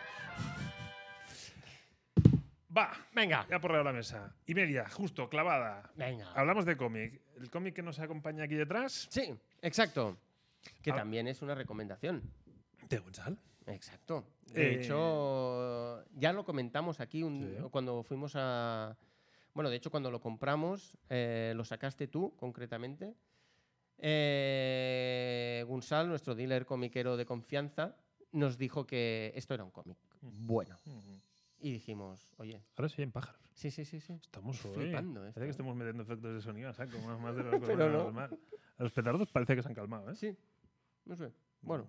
Va, Venga. ya por la mesa. Y media, justo, clavada. Venga. Hablamos de cómic. El cómic que nos acompaña aquí detrás. Sí, exacto. Que Ah. también es una recomendación. De Gonzal. Exacto. De Eh. hecho, ya lo comentamos aquí un- Sí. cuando fuimos a. Bueno, de hecho, cuando lo compramos, eh, lo sacaste tú, concretamente. Eh, Gunsal, nuestro dealer comiquero de confianza, nos dijo que esto era un cómic. Mm. Bueno. Y dijimos, oye, Ahora se oyen pájaros. sí, sí, sí, sí. Estamos hoy. Flipando esto, Parece que ¿eh? estamos metiendo efectos de sonido a saco, más, más de <laughs> lo que Pero es no. normal. A los petardos parece que se han calmado, ¿eh? Sí. No sé. Bueno,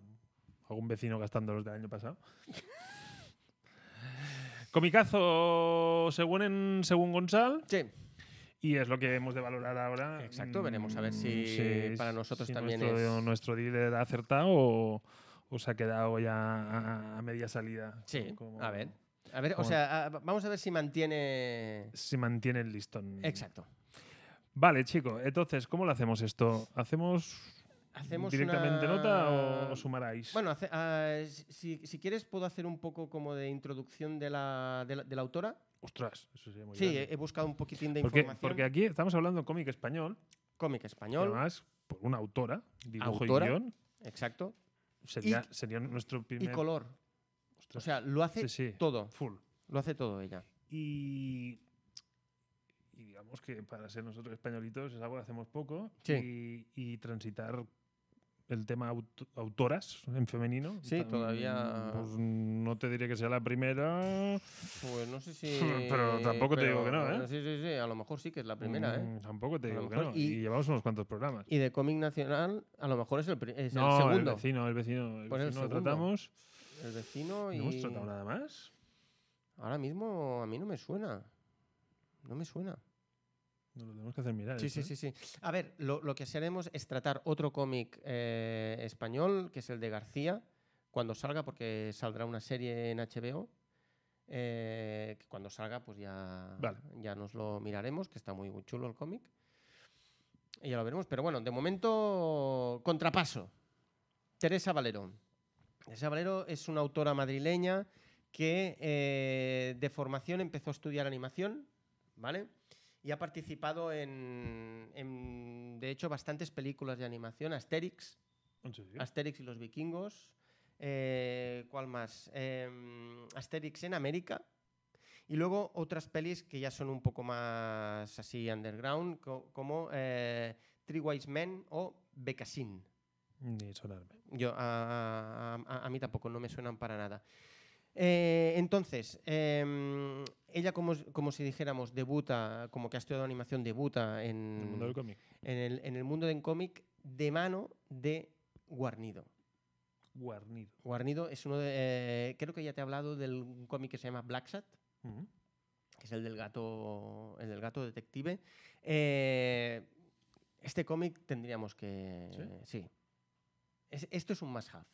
Algún vecino gastando los del año pasado. <laughs> Comicazo, según, en- según Gonzal, sí. y es lo que hemos de valorar ahora. Mm, Exacto, veremos a ver si para nosotros también nuestro, es- nuestro dealer ha acertado o, o se ha quedado ya a, a media salida. Sí, Como- a ver. A ver, o como- sea, a- vamos a ver si mantiene. Si mantiene el listón. Exacto. Vale, chico, entonces, ¿cómo lo hacemos esto? ¿Hacemos, Hacemos directamente una- nota o sumaráis? Bueno, hace- ah, si, si quieres puedo hacer un poco como de introducción de la, de la, de la autora. Ostras, eso sería muy sí, grande. he, he buscado un poquitín de porque, información. porque aquí estamos hablando de cómic español, Cómic y español, además, por una autora, dibujo Autora. y guión. exacto, Sería, Y- sería nuestro y primer. color. O Ostras, sea, lo hace sí, sí. todo, full. lo hace todo ella. Y, y digamos que para ser nosotros españolitos es algo que hacemos poco. Sí. Y, y transitar el tema aut- autoras en femenino. Sí, todavía- pues, no te diré que sea la primera. Pues no sé si... <laughs> Pero tampoco te digo que no, ¿eh? Sí, sí, sí, a lo mejor sí que es la primera, ¿eh? Mm, Tampoco te A lo digo que mejor no. Y, y- llevamos unos cuantos programas. Y de cómic nacional, a lo mejor es el, pri- es el no, segundo. el vecino, el vecino. El Pues el vecino lo segundo. tratamos. El vecino ¿No y... hemos tratado nada más? Ahora mismo a mí no me suena. No me suena. Nos lo tenemos que hacer mirar. Sí, eso, sí, ¿eh? sí, sí. A ver, lo, lo que haremos es tratar otro cómic eh, español, que es el de García, cuando salga, porque saldrá una serie en HBO. eh, que cuando salga, pues ya, Vale. ya nos lo miraremos, que está muy chulo el cómic. Y ya lo veremos. Pero bueno, de momento, contrapaso. Teresa Valero. Teresa Valero es una autora madrileña que eh, de formación empezó a estudiar animación, ¿vale? Y ha participado en, en, de hecho, bastantes películas de animación. Asterix, ¿En serio? Asterix y los vikingos. eh, ¿Cuál más? Em, Asterix en América. Y luego otras pelis que ya son un poco más así underground, co- como eh, Three Wise Men o Becassin. Ni sonarme. Yo, a, a- a- a mí tampoco, no me suenan para nada. Eh, entonces, em, ella, como, os- como si dijéramos, debuta, como que ha estudiado animación, debuta En el mundo del en, cómic. en el, en el mundo del cómic de mano de Guarnido. Guarnido. Guarnido es uno de. eh, creo que ya te he hablado del cómic que se llama Black Sat, Ujú. que es el del gato, el del gato detective. Eh, este cómic tendríamos que. Sí. Es- esto es un must-have.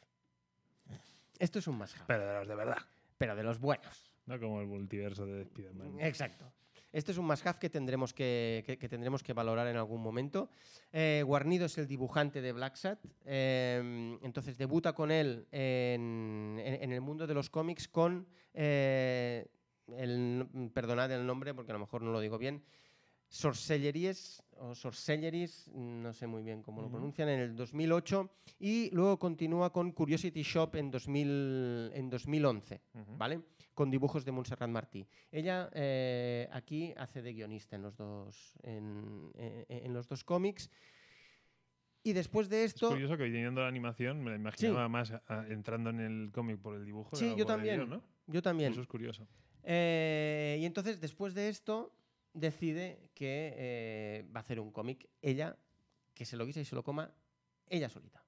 Esto es un must-have. Pero de los de verdad. pero de los buenos. No como el multiverso de Spider-Man. Mm, Exacto. Este es un must-have que tendremos que, que- que tendremos que valorar en algún momento. Eh, Guarnido es el dibujante de Black Sat. eh, entonces debuta con él en, en- en el mundo de los cómics con. eh, el, n- perdonad el nombre porque a lo mejor no lo digo bien. Sorcelleries o Sorcelleries, no sé muy bien cómo lo Ujú. pronuncian, en el 2008 y luego continúa con Curiosity Shop en, 2000, en 2011. Ujú. ¿vale? Con dibujos de Montserrat Martí. Ella eh, aquí hace de guionista en los dos, en, en- en los dos cómics. Y después de Es esto... curioso que viniendo la animación me la imaginaba más ah, entrando en el cómic por el dibujo. Sí, o yo por el también. guión, ¿no? Yo también. Eso es curioso. Eh, y entonces, después de esto, decide que eh, va a hacer un cómic ella, que se lo guisa y se lo coma ella solita.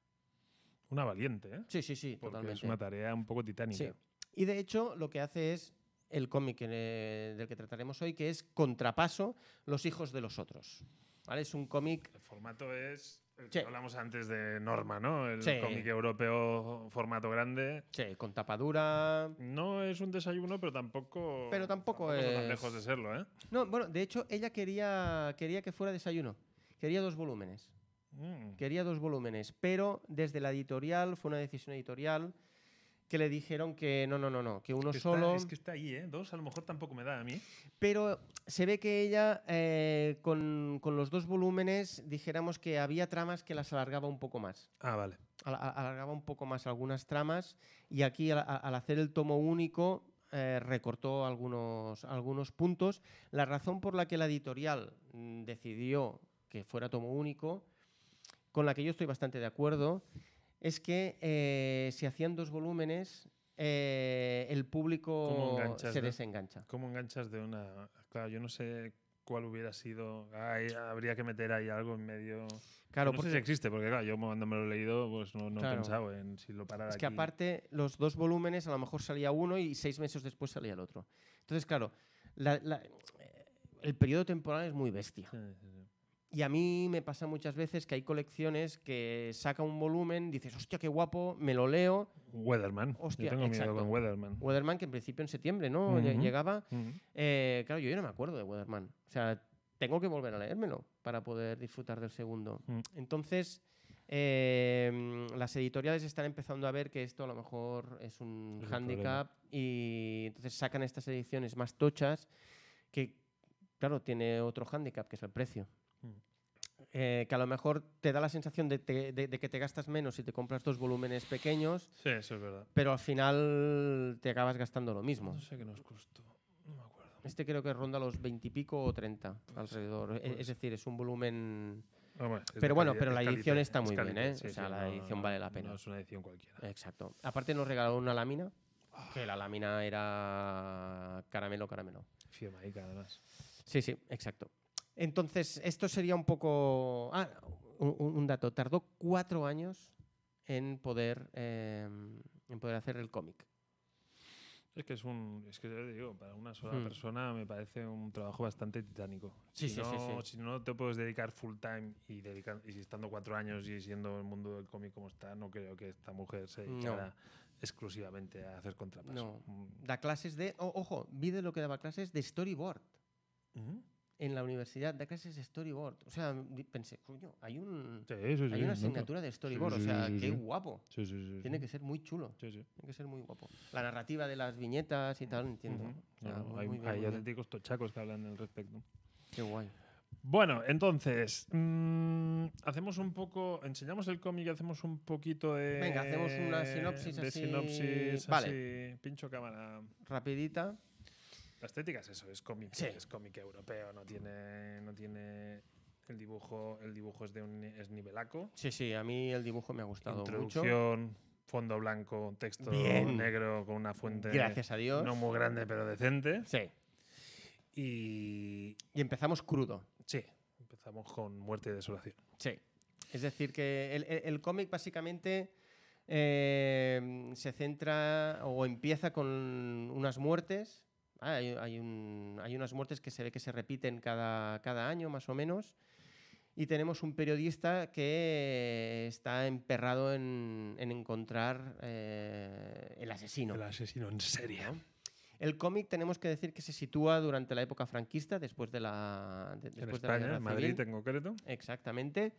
Una valiente, ¿eh? Sí, sí, sí, Porque totalmente. es una tarea un poco titánica. Sí. Y de hecho, lo que hace es el cómic eh, del que trataremos hoy, que es Contrapaso, los hijos de los otros. ¿Vale? Es un cómic El formato es el Sí. que hablamos antes de Norma, ¿no? El Sí. cómic europeo formato grande. sí, con tapadura. No es un desayuno, pero tampoco. Pero tampoco está es- tan lejos de serlo, ¿eh? No, bueno, de hecho, ella quería, quería que fuera desayuno. Quería dos volúmenes. Mm. Quería dos volúmenes, pero desde la editorial fue una decisión editorial que le dijeron que no, no, no, no, que uno Que está- solo. es que está ahí, ¿eh? Dos a lo mejor tampoco me da a mí. ¿eh? Pero se ve que ella, eh, con, con los dos volúmenes, dijéramos que había tramas que las alargaba un poco más. Ah, vale. Al- a- Alargaba un poco más algunas tramas y aquí, al, a- al hacer el tomo único, eh, recortó algunos, algunos puntos. La razón por la que la editorial mm, decidió que fuera tomo único, con la que yo estoy bastante de acuerdo, es que eh, si hacían dos volúmenes, eh, el ¿Cómo público enganchas, se no? desengancha. ¿Cómo enganchas de una...? Claro, yo no sé cuál hubiera sido... Ay, habría que meter ahí algo en medio... Claro, no porque- sé si existe, porque claro, yo cuando me lo he leído, pues no, no he Claro. pensado en si lo parara Es que aquí. aparte, los dos volúmenes, a lo mejor salía uno y seis meses después salía el otro. Entonces, claro, la- la- eh, el periodo temporal es muy bestia. Sí, sí, sí. Y a mí me pasa muchas veces que hay colecciones que saca un volumen, dices, hostia, qué guapo, me lo leo. Weatherman. Hostia, yo tengo exacto. miedo con Weatherman. Weatherman, que en principio en septiembre, ¿no? Lle- Ujú. Llegaba. Mm. Eh, claro, yo ya no me acuerdo de Weatherman. O sea, tengo que volver a leérmelo para poder disfrutar del segundo. Mm. Entonces, eh, mm, las editoriales están empezando a ver que esto a lo mejor es un Es un handicap y entonces sacan estas ediciones más tochas que, claro, tiene otro handicap que es el precio. Mm. Eh, que a lo mejor te da la sensación de, te- de- de que te gastas menos si te compras dos volúmenes pequeños, Sí, eso es verdad. pero al final te acabas gastando lo mismo. No sé qué nos costó. No me acuerdo. Este creo que ronda los 20 y pico o 30 alrededor. E- puede es decir, es un volumen. Ah, bueno, es de Pero bueno, calidad- pero es la edición calidad, está es muy bien, calidad, ¿eh? O sea, la edición vale la pena. No es una edición cualquiera. Exacto. Aparte, nos regalaron una lámina. Que la lámina era caramelo, caramelo. Fiamaica, además. Sí, sí, exacto. Entonces, esto sería un poco. Ah, un, un- un dato. Tardó cuatro años en poder, eh, en poder hacer el cómic. Es que es un. Es que ya te digo, para una sola Hmm. persona me parece un trabajo bastante titánico. Sí, si sí, sí, no, sí. Si no te puedes dedicar full time y, dedicar, y si estando cuatro años y siendo el mundo del cómic como está, no creo que esta mujer se No. dedicara exclusivamente a hacer contrapaso. No. Mm. Da clases de. o- ojo, vi de lo que daba clases de storyboard. Ujú. en la universidad da clases de storyboard. O sea, di- pensé, coño, hay, un, Sí, sí, sí, hay una no, claro. asignatura de storyboard. sí, o sea, sí, sí, qué sí. guapo. Sí, sí, sí, sí. Tiene que ser muy chulo. Sí, sí. Tiene que ser muy guapo. La narrativa de las viñetas y tal, entiendo. Ujú. O sea, No, no, muy- hay muy bien, hay muy bien. auténticos tochacos que hablan al respecto. Qué guay. Bueno, entonces, mm, hacemos un poco, enseñamos el cómic y hacemos un poquito de... Venga, hacemos una sinopsis de así- sinopsis vale. así, pincho cámara. Rapidita. La estética es eso, es cómic, Sí. es cómic europeo, no tiene, no tiene el dibujo, el dibujo es de un es nivelaco, Sí, sí, a mí el dibujo me ha gustado mucho. introducción, fondo blanco, texto Bien. negro con una fuente Gracias a Dios. no muy grande pero decente Sí. y Y empezamos crudo. sí, empezamos con muerte y desolación. Sí. Es decir, que el, el- el cómic básicamente eh, se centra o empieza con unas muertes. Ah, hay, hay un- hay unas muertes que se ve que se repiten cada, cada año, más o menos. Y tenemos un periodista que está emperrado en, en encontrar eh, el asesino. El asesino en serie. El cómic tenemos que decir que se sitúa durante la época franquista, después de la, de- En después de la España, Guerra en Madrid Civil. en concreto. Exactamente.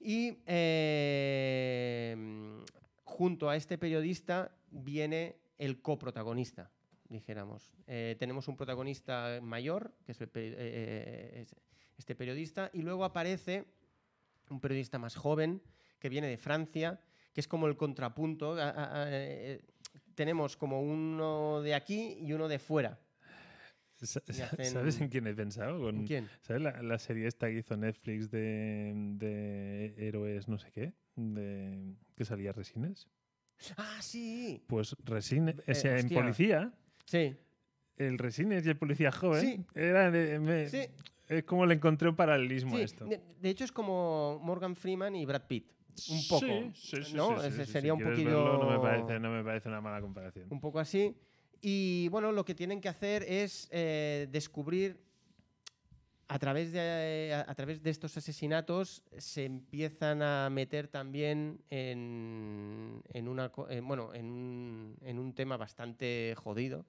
Y eh, mm, junto a este periodista viene el coprotagonista, dijéramos. Eh, tenemos un protagonista mayor, que es, el peri- eh, eh, es este periodista, y luego aparece un periodista más joven, que viene de Francia, que es como el contrapunto. a- a- a- eh, tenemos como uno de aquí y uno de fuera. Sa- Y sa- hacen- <laughs> ¿Sabes en quién he pensado? Con- ¿En quién? ¿Sabes la, la serie esta que hizo Netflix de, de héroes no sé qué? De, que salía Resines. Ah, sí. Pues Resines, Eh, o sea, en hostia. policía, Sí. el Resines y el policía joven Sí. eran, eh, me- Sí. es como le encontré un paralelismo Sí, a esto. De, de hecho, es como Morgan Freeman y Brad Pitt. Un poco. Sí, sí, sí, ¿no? sí, Ese sí, sí. Si sería un quieres poquillo. verlo, no, me parece, no me parece una mala comparación. Un poco así. Y bueno, lo que tienen que hacer es eh, descubrir. A través, de, a, a través de estos asesinatos se empiezan a meter también en, en una, co- en, bueno, en, un, en un tema bastante jodido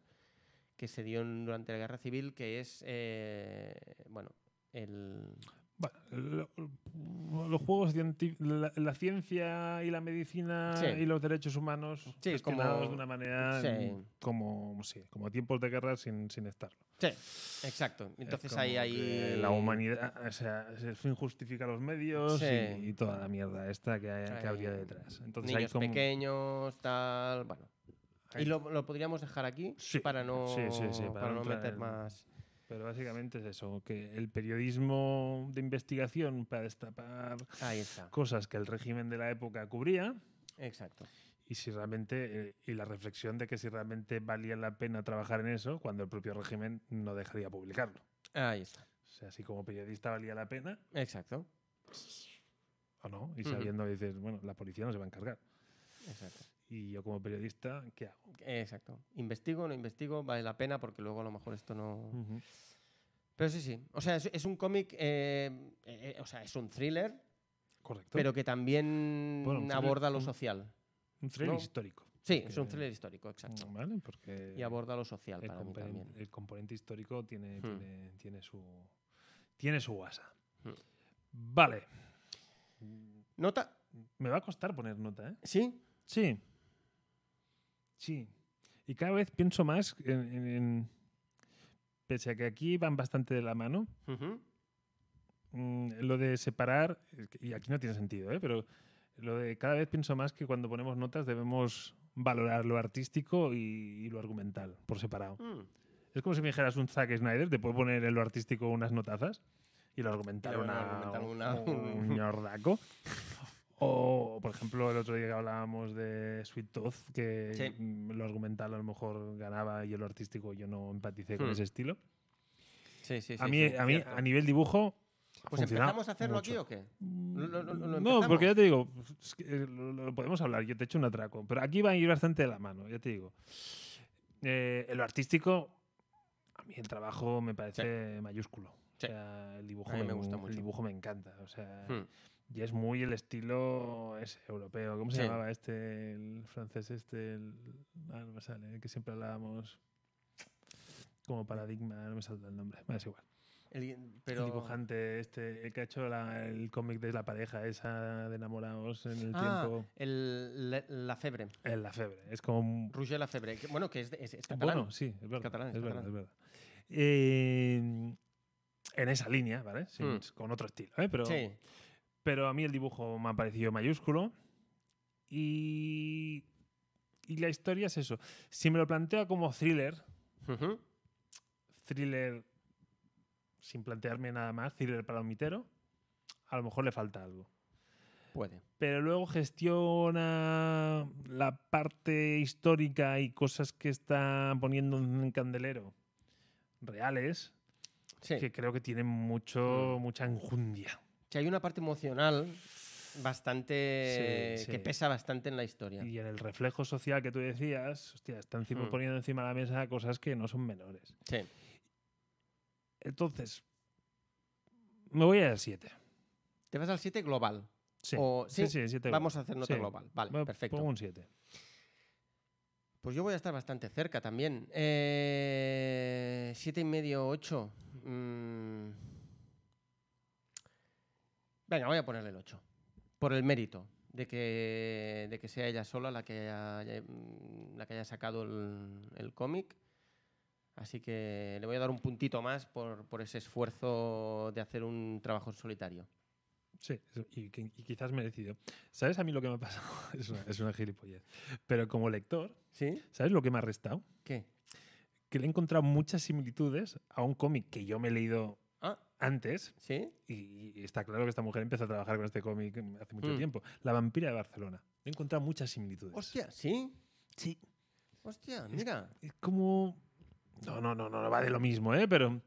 que se dio en- durante la Guerra Civil, que es eh, bueno, el, Bueno, lo, lo los juegos, cienti- la, la ciencia y la medicina Sí. y los derechos humanos Sí, gestionados como- de una manera sí. mm, como, sí, como tiempos de guerra sin, sin estarlo. Sí, exacto. Es Entonces como ahí, que ahí. La humanidad, ah, o sea, el fin justifica los medios Sí. y, y toda la mierda esta que, hay- que Hay habría detrás. Entonces hay Niños como- pequeños, tal. Bueno. hay- Y lo, lo podríamos dejar aquí Sí, para no, sí, sí, sí, para para no no entrar meter en- más. Pero básicamente es eso, que el periodismo de investigación para destapar Ahí está. cosas que el régimen de la época cubría Exacto. y si realmente eh, y la reflexión de que si realmente valía la pena trabajar en eso cuando el propio régimen no dejaría publicarlo. Ahí está. O sea, si como periodista valía la pena Exacto. o no, y Ujú. sabiendo dices, bueno, la policía no se va a encargar. Exacto. Y yo como periodista, ¿qué hago? Exacto. Investigo, no investigo, vale la pena porque luego a lo mejor esto no. Ujú. Mm. Pero sí, sí. O sea, es, es un cómic. eh, eh, eh, o sea, es un thriller, Correcto. pero que también Bueno, un thriller- aborda lo un- social. un thriller ¿no? histórico. Sí, porque- es un thriller histórico, exacto. ¿Vale? Porque Y aborda lo social el, para mí componen- también. el componente histórico tiene, Hmm. tiene, tiene su tiene su guasa. Hmm. Vale. ¿Nota? Me va a costar poner nota, ¿eh? ¿Sí? Sí. Sí. Y cada vez pienso más en, en- en- Pese a que aquí van bastante de la mano, Ujú. mm, lo de separar, y aquí no tiene sentido, ¿eh? pero lo de cada vez pienso más que cuando ponemos notas debemos valorar lo artístico y, y lo argumental por separado. Mm. Es como si me dijeras un Zack Snyder, te puedo poner en lo artístico unas notazas y lo argumentar Y lo una, argumentar una- <laughs> un ñordaco. O, por ejemplo, el otro día que hablábamos de Sweet Tooth, que Sí. mm, lo argumental a lo mejor ganaba y en lo artístico yo no empaticé con Hmm. ese estilo. Sí, sí, a sí, mí, sí, a, mí cierto. a nivel dibujo, ha Pues funcionado empezamos a hacerlo aquí mucho. o qué? Mm, lo- lo- lo no, porque empezamos. ya te digo, es que, eh, lo, lo podemos hablar, yo te echo un atraco, pero aquí va a ir bastante de la mano, ya te digo. Eh, en lo artístico, a mí el trabajo me parece mayúsculo. Sí. O sea, el dibujo A mí me en- gusta mucho. El dibujo me encanta, o sea, Hmm. y es muy el estilo ese, europeo. ¿Cómo se Sí. llamaba este, el francés este? el- ah, no me sale, el que siempre hablábamos como paradigma, no me salta el nombre, me es igual. El- El pero... dibujante este, el que ha hecho la- el cómic de la pareja esa de enamorados en el Ah, tiempo. el- la, la febre. En la febre. Es como un... Roger La Febre. que- bueno, que es, de- es, es catalán. Bueno, sí, es verdad. catalán, es es verdad, catalán. es verdad. Eh, en esa línea, ¿vale? Sin- Mm. Con otro estilo, ¿eh? Pero, sí. pero a mí el dibujo me ha parecido mayúsculo. Y... Y la historia es eso. Si me lo plantea como thriller, Ujú. thriller sin plantearme nada más, thriller para un mitero, a lo mejor le falta algo. Puede. pero luego gestiona la parte histórica y cosas que está poniendo en candelero reales, Sí. Mm. que creo que tienen mucho, mucha enjundia. Sí, hay una parte emocional bastante Sí, que sí. pesa bastante en la historia. Y en el reflejo social que tú decías, hostia, está encima, Mm. poniendo encima de la mesa cosas que no son menores. Sí. Entonces, me voy al 7. Te vas al 7 global. Sí, O- sí, sí, sí, siete Vamos a hacer nota Sí. global. Vale, Me perfecto. Pongo un 7. Pues yo voy a estar bastante cerca también. Eh, siete y medio, ocho. Mm. Venga, voy a ponerle el ocho. Por el mérito de que, de que sea ella sola la que haya, mm, la que haya sacado el, el cómic. Así que le voy a dar un puntito más por, por ese esfuerzo de hacer un trabajo en solitario. Sí, eso, y, qui- y quizás merecido. ¿Sabes a mí lo que me ha pasado? <laughs> Es una, es una gilipollez. Pero como lector, ¿Sí? ¿sabes lo que me ha restado? ¿Qué? Que le he encontrado muchas similitudes a un cómic que yo me he leído Ah, antes. ¿sí? Y, y está claro que esta mujer empezó a trabajar con este cómic hace mucho Mm. tiempo. La vampira de Barcelona. He encontrado muchas similitudes. Hostia, ¿sí? Sí. Hostia, mira. Es como... No, no, no, no, no va de lo mismo, ¿eh? Pero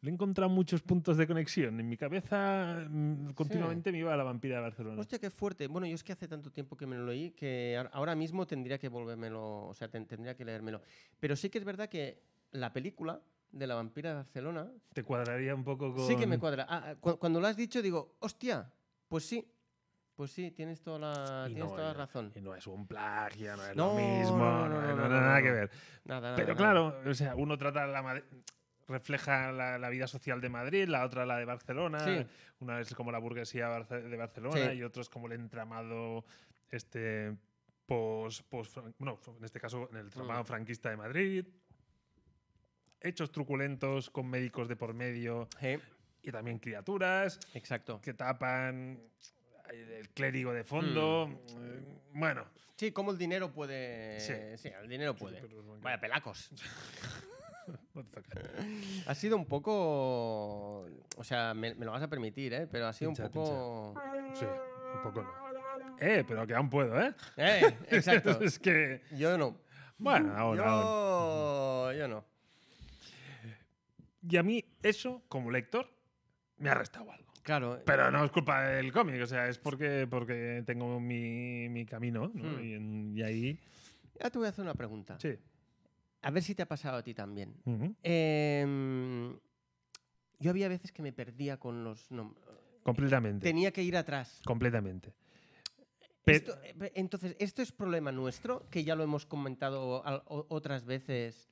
le he encontrado muchos puntos de conexión. En mi cabeza mm, continuamente me iba a la vampira de Barcelona. Hostia, qué fuerte. Bueno, yo es que hace tanto tiempo que me lo leí que ahora- ahora mismo tendría que volvérmelo, o sea, ten- tendría que leérmelo. Pero sí que es verdad que la película de la vampira de Barcelona Te cuadraría un poco con... sí que me cuadra. Ah, ah, cu- cuando lo has dicho digo, hostia, pues sí, pues sí, tienes toda la, Y tienes no, toda la y no, razón. Y no es un plagio, no es lo No, mismo, no, no, no, no, no, no, no, nada no. que ver. Nada, nada, Pero nada. claro, o sea, uno trata la made- refleja la, la vida social de Madrid, la otra la de Barcelona. Sí. Una es como la burguesía barce- de Barcelona Sí. y otro es como el entramado este pos, pos- bueno, en este caso en el entramado Mm. franquista de Madrid. Hechos truculentos con médicos de por medio Sí, y también criaturas exacto. que tapan el clérigo de fondo. Mm. Eh, Bueno, Sí, como el dinero puede. Sí. Sí, el dinero puede. pero bueno, Vaya pelacos. what the fuck. Ha sido un poco. O sea, me, me lo vas a permitir, ¿eh? Pero ha sido un Pincha, poco. Sí, un poco no. Eh, pero que aún puedo, ¿eh? <laughs> Eh, exacto. es que. Yo no. Bueno, aún, aún. Yo, yo no. Y a mí, eso, como lector, me ha restado algo. Claro. Pero no es culpa del cómic, o sea, es porque, porque tengo mi, mi camino, ¿no? Mm. Y, en- y ahí. Ya te voy a hacer una pregunta. Sí. A ver si te ha pasado a ti también. Ujú. Em, yo había veces que me perdía con los nombres. Completamente. Tenía que ir atrás. Completamente. Pe- Esto- eh, pe- entonces, ¿esto es problema nuestro? Que ya lo hemos comentado al- o- otras veces.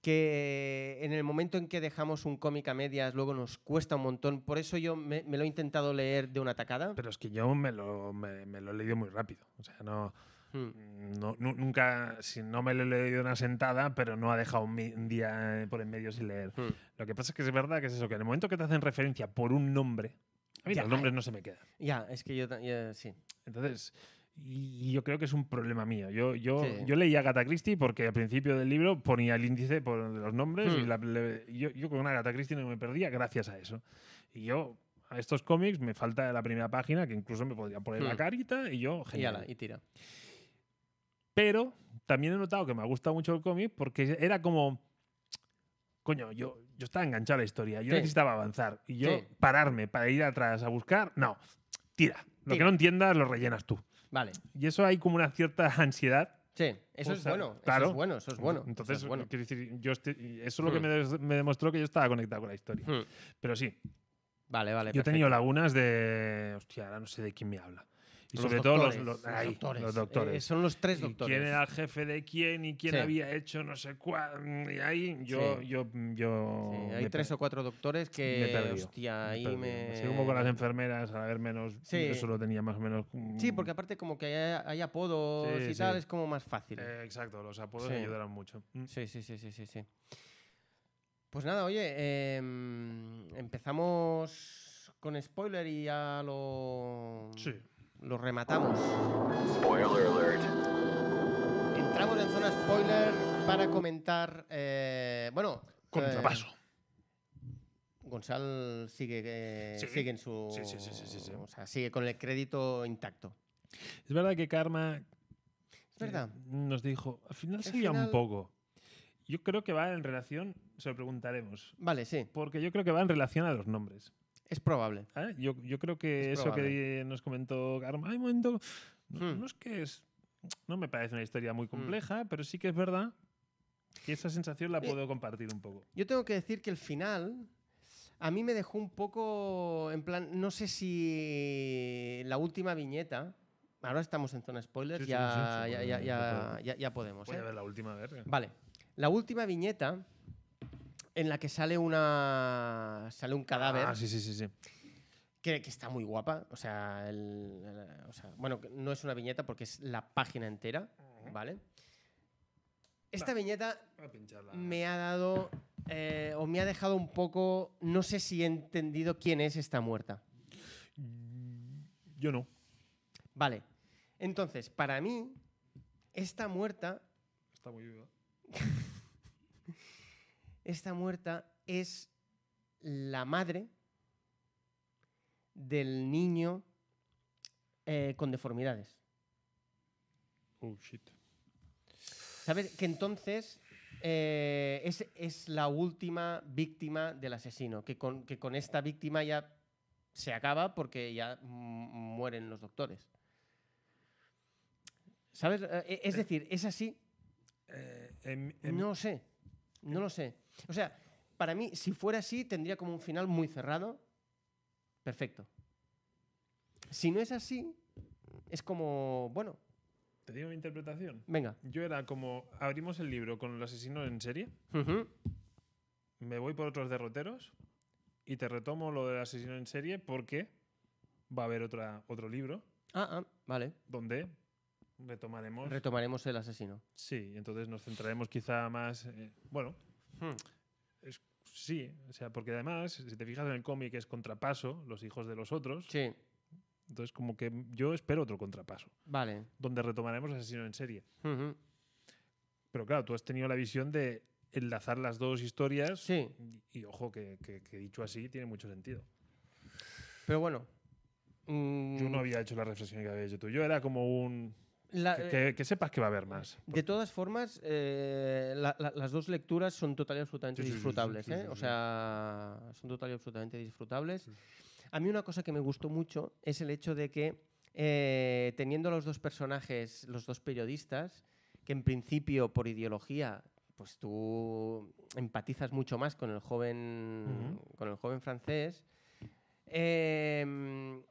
Que en el momento en que dejamos un cómic a medias, luego nos cuesta un montón. Por eso yo me, me lo he intentado leer de una tacada. Pero es que yo me lo, me, me lo he leído muy rápido. O sea, no. Mm. no- nu- nunca, si no me lo he leído en una sentada, pero no ha dejado un, mi- un día por en medio sin leer. Mm. Lo que pasa es que es verdad que es eso, que en el momento que te hacen referencia por un nombre, a mí Ya, los nombres no se me quedan. Ya, es que yo, ta- ya, sí. Entonces, y y yo creo que es un problema mío. Yo, yo, Sí. yo leí a Agatha Christie porque al principio del libro ponía el índice por los nombres y Hmm. la- le- yo, yo con Agatha Christie no me perdía gracias a eso. Y yo a estos cómics me falta la primera página que incluso me podría poner la Hmm. carita y yo Y, genial. ala, y tira. Pero también he notado que me ha gustado mucho el cómic porque era como. Coño, yo, yo estaba enganchado a la historia, yo Sí. necesitaba avanzar. Y yo Sí. pararme para ir atrás a buscar, no. Tira. Lo que Tira. no entiendas lo rellenas tú. Vale. Y eso hay como una cierta <laughs> ansiedad. Sí, Pues, eso es bueno. claro. Eso es bueno, eso es bueno. eso Entonces, es bueno. quiero decir, yo estoy- eso es lo que Hmm. me, des- me demostró que yo estaba conectado con la historia. Hmm. Pero sí, Vale, vale. yo he perfecto. tenido lagunas de. Hostia, ahora no sé de quién me habla. Y Los sobre todo los, doctores, los- ahí, los doctores. Eh, son los tres Y doctores. quién era el jefe de quién y quién Sí. había hecho no sé cuál. Y ahí yo. Sí. yo, yo Sí, me hay per- tres o cuatro doctores me he que. perdido, Hostia, me he ahí perdido. me. Así como con las enfermeras, al haber menos. Sí. Eso lo tenía más o menos. mm, Sí, porque aparte, como que hay, hay apodos Sí, y sí. tal, es como más fácil. eh, exacto, los apodos Sí. ayudaron mucho. Mm. Sí, sí, sí, sí, sí, sí. Pues nada, oye, em, empezamos con spoiler y ya lo. Sí. Lo rematamos. Entramos en zona spoiler para comentar. eh, bueno. eh, Contrapaso. Gonzalo sigue, eh, Sí. sigue en su. Sí, sí, sí, sí, sí, sí. O sea, sigue con el crédito intacto. Es verdad que Karma Es verdad. eh, nos dijo, al final Al se lía un final- poco. Yo creo que va en relación, se lo preguntaremos, Vale, sí, porque yo creo que va en relación a los nombres. es probable. ¿eh? Yo, yo creo que Es eso que nos comentó Karma, hay momento, no, Hmm. no es que es, no me parece una historia muy compleja, pero sí que es verdad que esa sensación la Eh, puedo compartir un poco. Yo tengo que decir que el final a mí me dejó un poco en plan, no sé si la última viñeta. Ahora estamos en zona spoiler, Sí, sí, ya, sí, sí, ya, sí, ya, sí, ya, sí, ya- ya podemos. Voy ¿eh? a ver la última verga. Vale, la última viñeta en la que sale una sale un cadáver Ah, sí, sí, sí, sí. que, que está muy guapa. O sea, el- el- o sea, bueno, que no es una viñeta porque es la página entera, ¿vale? Esta viñeta Voy a pincharla. me ha dado eh, o me ha dejado un poco, no sé si he entendido quién es esta muerta. Yo no. Vale. Entonces, para mí, esta muerta, Está muy viva. <laughs> esta muerta es la madre del niño eh, con deformidades. Oh, shit. ¿Sabes? Que entonces eh, es, es la última víctima del asesino, que con, que con esta víctima ya se acaba porque ya mm, mueren los doctores. ¿Sabes? Eh, eh, Es decir, es así. Eh, em- em- No sé. No lo sé. O sea, para mí, si fuera así, tendría como un final muy cerrado. Perfecto. Si no es así, es como, bueno, ¿Te digo mi interpretación? venga. Yo era como, abrimos el libro con el asesino en serie, Ujú. me voy por otros derroteros y te retomo lo del asesino en serie porque va a haber otra, otro libro Ah, ah, vale. donde retomaremos. Retomaremos el asesino. sí, entonces nos centraremos quizá más. eh, bueno, es- sí, o sea, porque además, si te fijas en el cómic, es contrapaso, los hijos de los otros. Sí, Entonces, como que yo espero otro contrapaso, vale. donde retomaremos asesino en serie. Ujú. Pero claro, tú has tenido la visión de enlazar las dos historias. Sí, Y, y ojo, que, que- que dicho así tiene mucho sentido. pero bueno. Mm, Yo no había hecho la reflexión que había hecho tú. Yo era como un. la- Que, eh, que- que sepas que va a haber más. De todas formas, eh, la- la- las dos lecturas son total y absolutamente Sí, sí, sí, sí, disfrutables. sí, sí, ¿eh? sí, O sí. sea, son total y absolutamente disfrutables. A mí una cosa que me gustó mucho es el hecho de que eh, teniendo los dos personajes, los dos periodistas, que en principio por ideología, pues tú empatizas mucho más con el joven, con el joven francés, eh,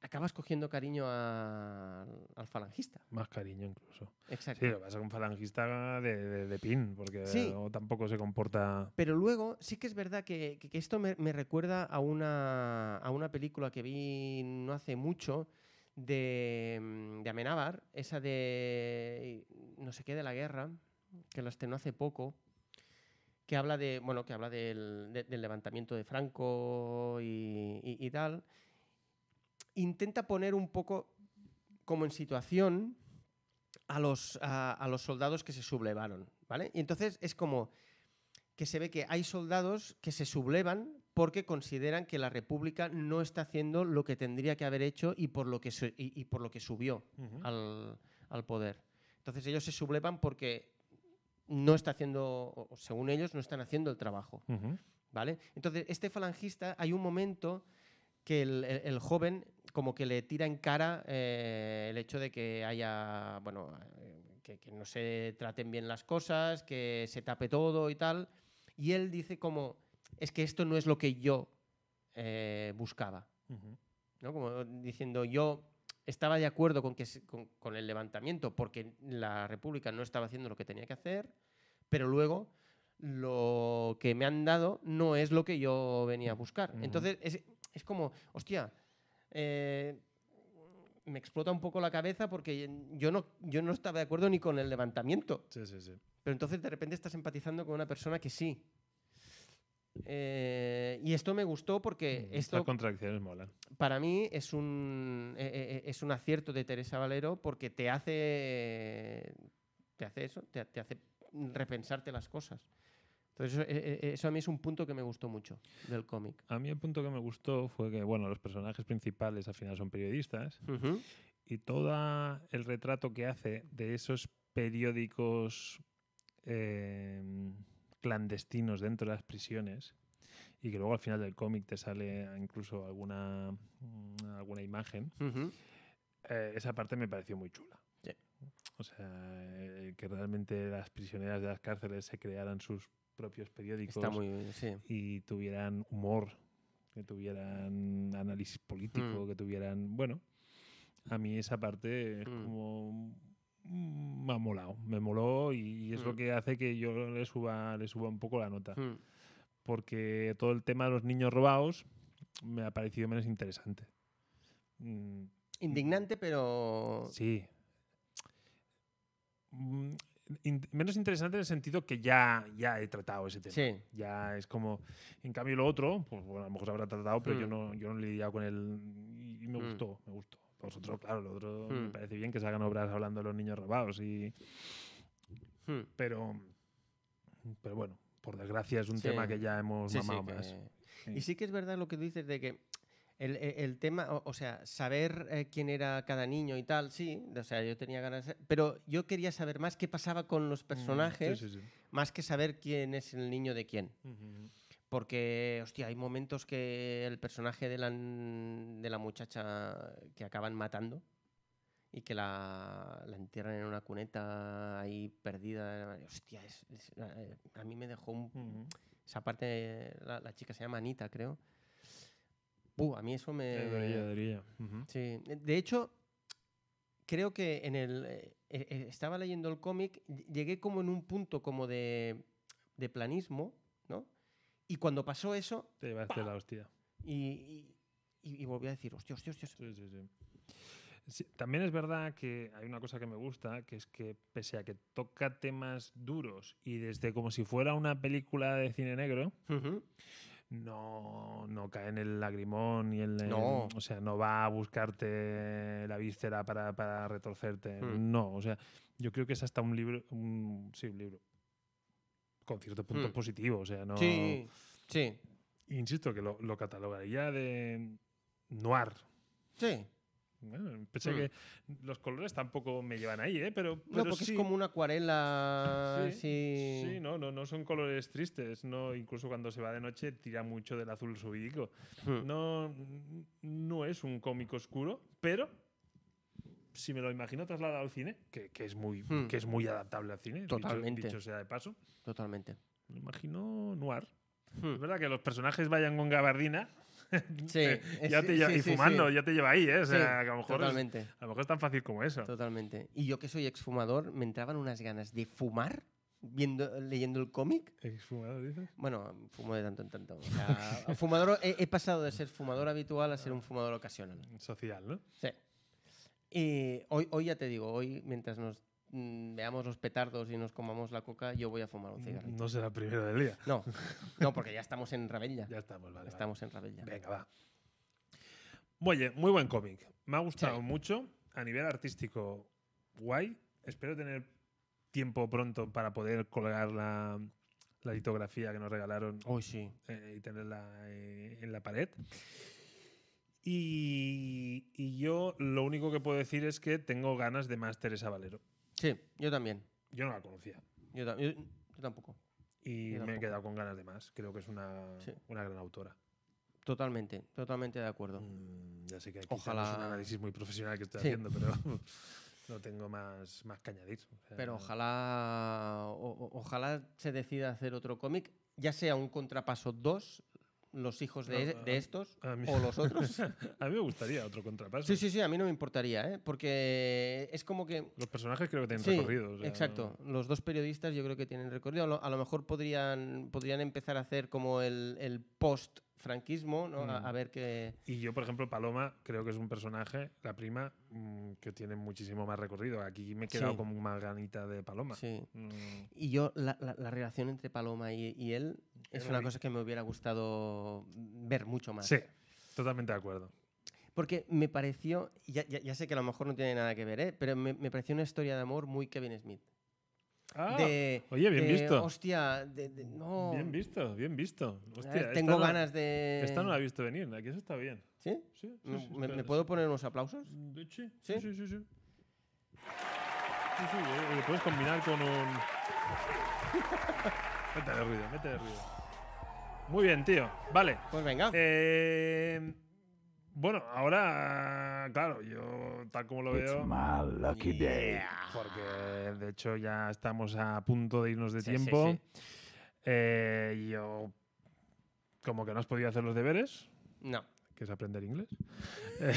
acabas cogiendo cariño al- al falangista. Más cariño, incluso. Exacto. Sí, lo que pasa con falangista de, de- de pin, porque Sí. no- tampoco se comporta. Pero luego sí que es verdad que, que- que esto me, me recuerda a una, a una película que vi no hace mucho de, mm, de Amenábar, esa de no sé qué de la guerra, que la estrenó hace poco, que habla de bueno que habla del, de- del levantamiento de Franco y, y- y tal. Intenta poner un poco como en situación a los, a- a los soldados que se sublevaron, ¿vale? Y entonces es como que se ve que hay soldados que se sublevan porque consideran que la República no está haciendo lo que tendría que haber hecho y por lo que, su- y, y por lo que subió Ujú. al, al poder. Entonces ellos se sublevan porque no está haciendo, o- o según ellos, no están haciendo el trabajo. Ujú. ¿Vale? Entonces, este falangista, hay un momento que el, el- el joven como que le tira en cara eh, el hecho de que haya, bueno, eh, que, que no se traten bien las cosas, que se tape todo y tal. Y él dice como, es que esto no es lo que yo eh, buscaba. Ujú. ¿no? Como diciendo, yo estaba de acuerdo con, que, se- con, con el levantamiento porque la República no estaba haciendo lo que tenía que hacer, pero luego lo que me han dado no es lo que yo venía a buscar. Ujú. Entonces, es, es como, hostia, eh, me explota un poco la cabeza porque yo no, yo no estaba de acuerdo ni con el levantamiento, Sí, sí, sí. pero entonces de repente estás empatizando con una persona que sí. Eh, y esto me gustó porque Mm, Eh, esto Estas contracciones molan. para mí es un, eh, eh, eh, es un acierto de Teresa Valero porque te hace, te hace eso, te, te hace repensarte las cosas. Entonces, eso, eh, eh, eso a mí es un punto que me gustó mucho del cómic. A mí el punto que me gustó fue que, bueno, los personajes principales al final son periodistas. y todo el retrato que hace de esos periódicos eh, clandestinos dentro de las prisiones y que luego al final del cómic te sale incluso alguna, mm, alguna imagen, Ujú. eh, esa parte me pareció muy chula. Sí. O sea, eh, que realmente las prisioneras de las cárceles se crearan sus propios periódicos Está muy bien, sí. y tuvieran humor, que tuvieran análisis político, Mm. que tuvieran. Bueno, a mí esa parte es Mm. como. mm, Me ha molado, me moló y es lo Mm. que hace que yo le suba, le suba un poco la nota. Mm. Porque todo el tema de los niños robados me ha parecido menos interesante. Mm, Indignante, pero... Sí. Mm, in- menos interesante en el sentido que ya, ya he tratado ese tema. Sí. Ya es como. En cambio, lo otro, pues bueno, a lo mejor se habrá tratado, pero yo Mm. no, yo no he lidiado con él. Y, y me Mm. gustó, me gustó. Vosotros, claro, lo otro me Mm. parece bien que salgan obras hablando de los niños robados. Y, Mm. pero. Pero bueno, por desgracia es un Sí. tema que ya hemos Sí, sí, mamado que- más. Y sí que es verdad lo que tú dices de que el, el- el tema, o, o sea, saber eh, quién era cada niño y tal, sí, o sea, yo tenía ganas, de- pero yo quería saber más qué pasaba con los personajes, Mm, Sí, sí, sí. más que saber quién es el niño de quién. Porque, hostia, hay momentos que el personaje de la, n- de la muchacha que acaban matando y que la, la entierran en una cuneta ahí perdida, hostia, es- es- eh, a- a mí me dejó un, Ujú. esa parte, la, la chica se llama Anita, creo. Buh, a mí eso me... Eh, Dorilla, Dorilla. Ujú. Sí. De hecho, creo que en el... eh, eh, eh, estaba leyendo el cómic, ll- llegué como en un punto como de, de planismo, ¿no? Y cuando pasó eso, Te llevaste la hostia. y, y- y- y volví a decir, hostia, hostia, hostia. Sí, sí, sí. Sí, También es verdad que hay una cosa que me gusta, que es que pese a que toca temas duros y desde como si fuera una película de cine negro, Ujú. no, no cae en el lagrimón y en el- No. o sea, no va a buscarte la víscera para, para retorcerte. Mm. No, o sea, yo creo que es hasta un libro, un, sí, un libro con cierto punto Mm. positivo, o sea, no Sí, sí, insisto que lo, lo catalogaría de noir. sí. Bueno, pensé Hmm. que los colores tampoco me llevan ahí, ¿eh? Pero, No, pero porque sí. es como una acuarela. Sí, Sí. Sí, no, no, no son colores tristes. No, incluso cuando se va de noche tira mucho del azul subidico. Hmm. No, no es un cómic oscuro, pero si me lo imagino trasladado al cine, que, que es, muy, Hmm. que es muy adaptable al cine, dicho- Totalmente. Dicho, sea de paso, Totalmente. me imagino noir. Hmm. Es verdad que los personajes vayan con gabardina Sí, es- <laughs> ya te lle- sí, y sí, fumando, sí. ya te lleva ahí, ¿eh? O Sí, sea, que a lo mejor es- Totalmente. a lo mejor es tan fácil como eso. Totalmente. Y yo que soy exfumador, me entraban unas ganas de fumar viendo, leyendo el cómic. ¿Exfumador, dices? Bueno, fumo de tanto en tanto. O sea, <laughs> a fumador, he, he pasado de ser fumador habitual a ser un fumador ocasional. Social, ¿no? Sí. Y hoy, hoy ya te digo, hoy mientras nos mm, veamos los petardos y nos comamos la coca, yo voy a fumar un cigarrillo. No será el primero del día. <laughs> No, no, porque ya estamos en Rabella. Ya estamos, vale. vale. Estamos en Rabella. Venga, va. Oye, muy buen cómic. Me ha gustado Sí. mucho. A nivel artístico, guay. Espero tener tiempo pronto para poder colgar la, la litografía que nos regalaron Hoy sí. eh, y tenerla eh, en la pared. Y, y yo lo único que puedo decir es que tengo ganas de más Teresa Valero. Sí, yo también. Yo no la conocía. Yo, ta- yo- yo tampoco. Y Yo me he tampoco. quedado con ganas de más. Creo que es una, Sí. una gran autora. Totalmente, totalmente de acuerdo. Mm, ya sé que aquí Ojalá- es un análisis muy profesional que estoy Sí. haciendo, pero <laughs> no tengo más, más que añadir. O sea, Pero ojalá, o- o- ojalá se decida hacer otro cómic, ya sea un contrapaso 2, los hijos de, e, No, de a- estos, a mí- o <laughs> los otros. <laughs> A mí me gustaría otro contrapaso. Sí, sí, sí, a mí no me importaría, ¿eh? porque es como que Los personajes creo que tienen Sí, recorrido. o sea, exacto. Los dos periodistas yo creo que tienen recorrido. A lo, a lo mejor podrían, podrían empezar a hacer como el, el post-franquismo, ¿no? A, Mm. a ver qué... Y yo, por ejemplo, Paloma creo que es un personaje, la prima, mm, que tiene muchísimo más recorrido. Aquí me he quedado Sí. con más ganita de Paloma. Sí. Mm, Y yo, la, la- la relación entre Paloma y, y él es Era una di- cosa que me hubiera gustado ver mucho más. sí, totalmente de acuerdo. Porque me pareció, ya, ya- ya sé que a lo mejor no tiene nada que ver, ¿eh? pero me, me pareció una historia de amor muy Kevin Smith. Ah, De- oye, bien de, visto. Hostia, de- de- no. Bien visto, bien visto. Hostia, esta tengo no- ganas de... Esta no la he visto venir, aquí eso está bien. ¿Sí? Sí, sí, Eh, ¿Me- sí, ¿Me, me espera, puedo poner unos aplausos? De hecho, sí, ¿Sí? sí, sí. sí. Sí, sí, eh, lo puedes combinar con <laughs> un. Métele ruido, métele ruido. Muy bien, tío. Vale. Pues venga. Eh, bueno, ahora, claro, yo tal como lo veo. Porque de hecho ya estamos a punto de irnos de Sí, sí, tiempo. sí. Eh, yo. Como que no has podido hacer los deberes, No. que es aprender <laughs> inglés. Eh,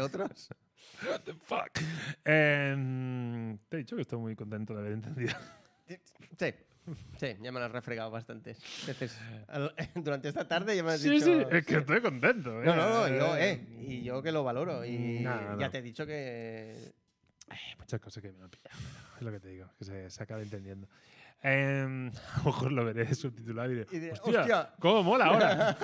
<laughs> otros. Fuck. Em, te he dicho que estoy muy contento de haber entendido. Sí. Sí, ya me lo has refregado bastante. Entonces, al- <laughs> durante esta tarde ya <laughs> me has sí, dicho. sí, es que estoy contento. No, no, no, yo, eh. Y yo que lo valoro. Y No, no, ya no. te he dicho que. Hay muchas cosas que me han pillado, pero es lo que te digo, que se, se acaba entendiendo. Em, <laughs> a lo mejor lo veré subtitular y diré, Y diré, hostia, "Hostia". ¿cómo mola <laughs> ahora?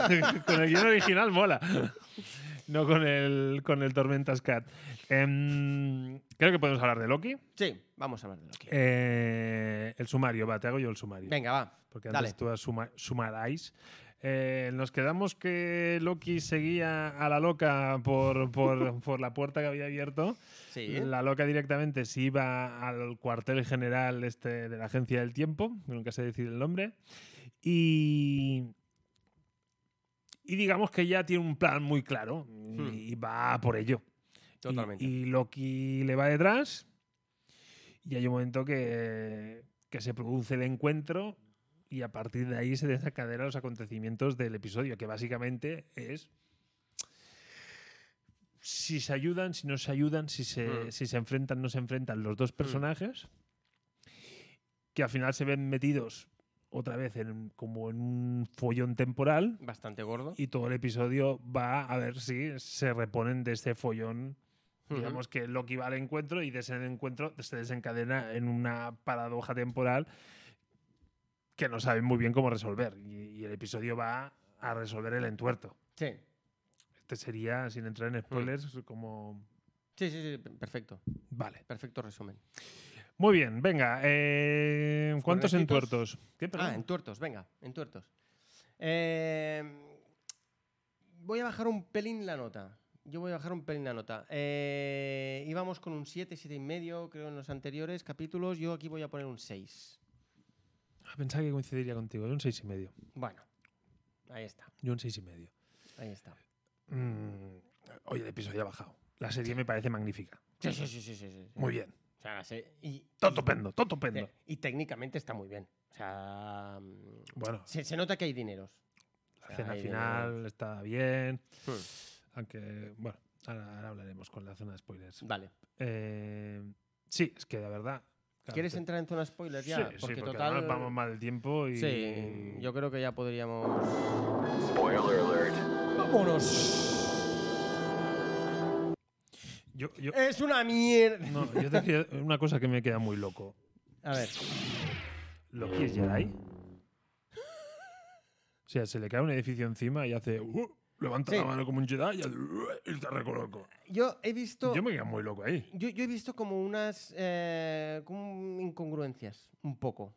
<laughs> con el guion original mola. <laughs> no con el, con el Tormentas Cat. Em, creo que podemos hablar de Loki. Sí, vamos a hablar de lo que. Eh, el sumario, va, te hago yo el sumario. Venga, va. porque Dale. antes tú has suma- sumaráis. Eh, nos quedamos que Loki seguía a la loca por, <laughs> por, por la puerta que había abierto. Sí. La loca directamente se iba al cuartel general este de la Agencia del Tiempo, que nunca sé decir el nombre. Y. Y digamos que ya tiene un plan muy claro y Hmm. va por ello. Y- Totalmente. Y, Loki le va detrás. Y hay un momento que, que se produce el encuentro. Y a partir de ahí se desencadenan los acontecimientos del episodio, que básicamente es si se ayudan, si no se ayudan, si se, Mm. si se enfrentan, no se enfrentan los dos personajes, que al final se ven metidos otra vez en, como en un follón temporal Bastante gordo. y todo el episodio va a ver si se reponen de este follón. Ujú. Digamos que Loki va al encuentro y de ese encuentro se desencadena en una paradoja temporal que no saben muy bien cómo resolver. Y, y el episodio va a resolver el entuerto. Sí. Este sería, sin entrar en Mm. spoilers, como... Sí, sí, sí, perfecto. Vale. Perfecto resumen. Muy bien, venga. eh, ¿Cuántos Corregitos. entuertos? ¿Qué, perdón? Ah, en tuertos, venga, en tuertos. Eh, voy a bajar un pelín la nota. Yo voy a bajar un pelín la nota. Eh, íbamos con un 7, 7 y medio, creo, en los anteriores capítulos. Yo aquí voy a poner un 6. Ah, Pensaba que coincidiría contigo. Yo un seis y medio. Bueno, ahí está, Yo un seis y medio. ahí está. Mm, oye, el episodio ha bajado. La serie me parece magnífica. Sí, sí, sí, sí. sí, sí. Muy bien. O sea, la se- y, Todo estupendo, todo estupendo. y técnicamente está muy bien. O sea, mm, Bueno, se, se nota que hay dineros. O la sea, cena hay final está bien. dineros. Aunque, bueno, ahora, ahora hablaremos con la zona de spoilers. Vale. Eh, sí, es que la verdad. claro, ¿Quieres te- entrar en zona spoiler ya? Sí, sí, porque además vamos mal de tiempo y. Sí, yo creo que ya podríamos. Spoiler alert. Yo- yo- ¡Es una mierda! no, yo te decía una cosa que me queda muy loco. A ver, ¿Loki es Jedi? O sea, se le cae un edificio encima y hace. "Uh", levanta Sí. la mano como un Jedi y, hace, "Uh", y te recoloco. yo he visto. Yo me quedo muy loco ahí. Yo, yo he visto como unas eh, como incongruencias, un poco.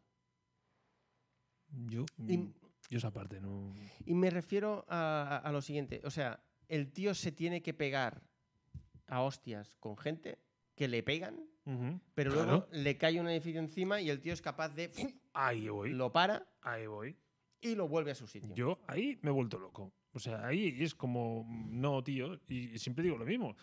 Yo, Y, mm, yo esa parte no. y me refiero a, a lo siguiente: o sea, el tío se tiene que pegar a hostias con gente que le pegan, pero Claro. luego le cae un edificio encima y el tío es capaz de. Ahí voy. Lo para Ahí voy. y lo vuelve a su sitio. Yo ahí me he vuelto loco. O sea, ahí es como, no, tío, y siempre digo lo mismo.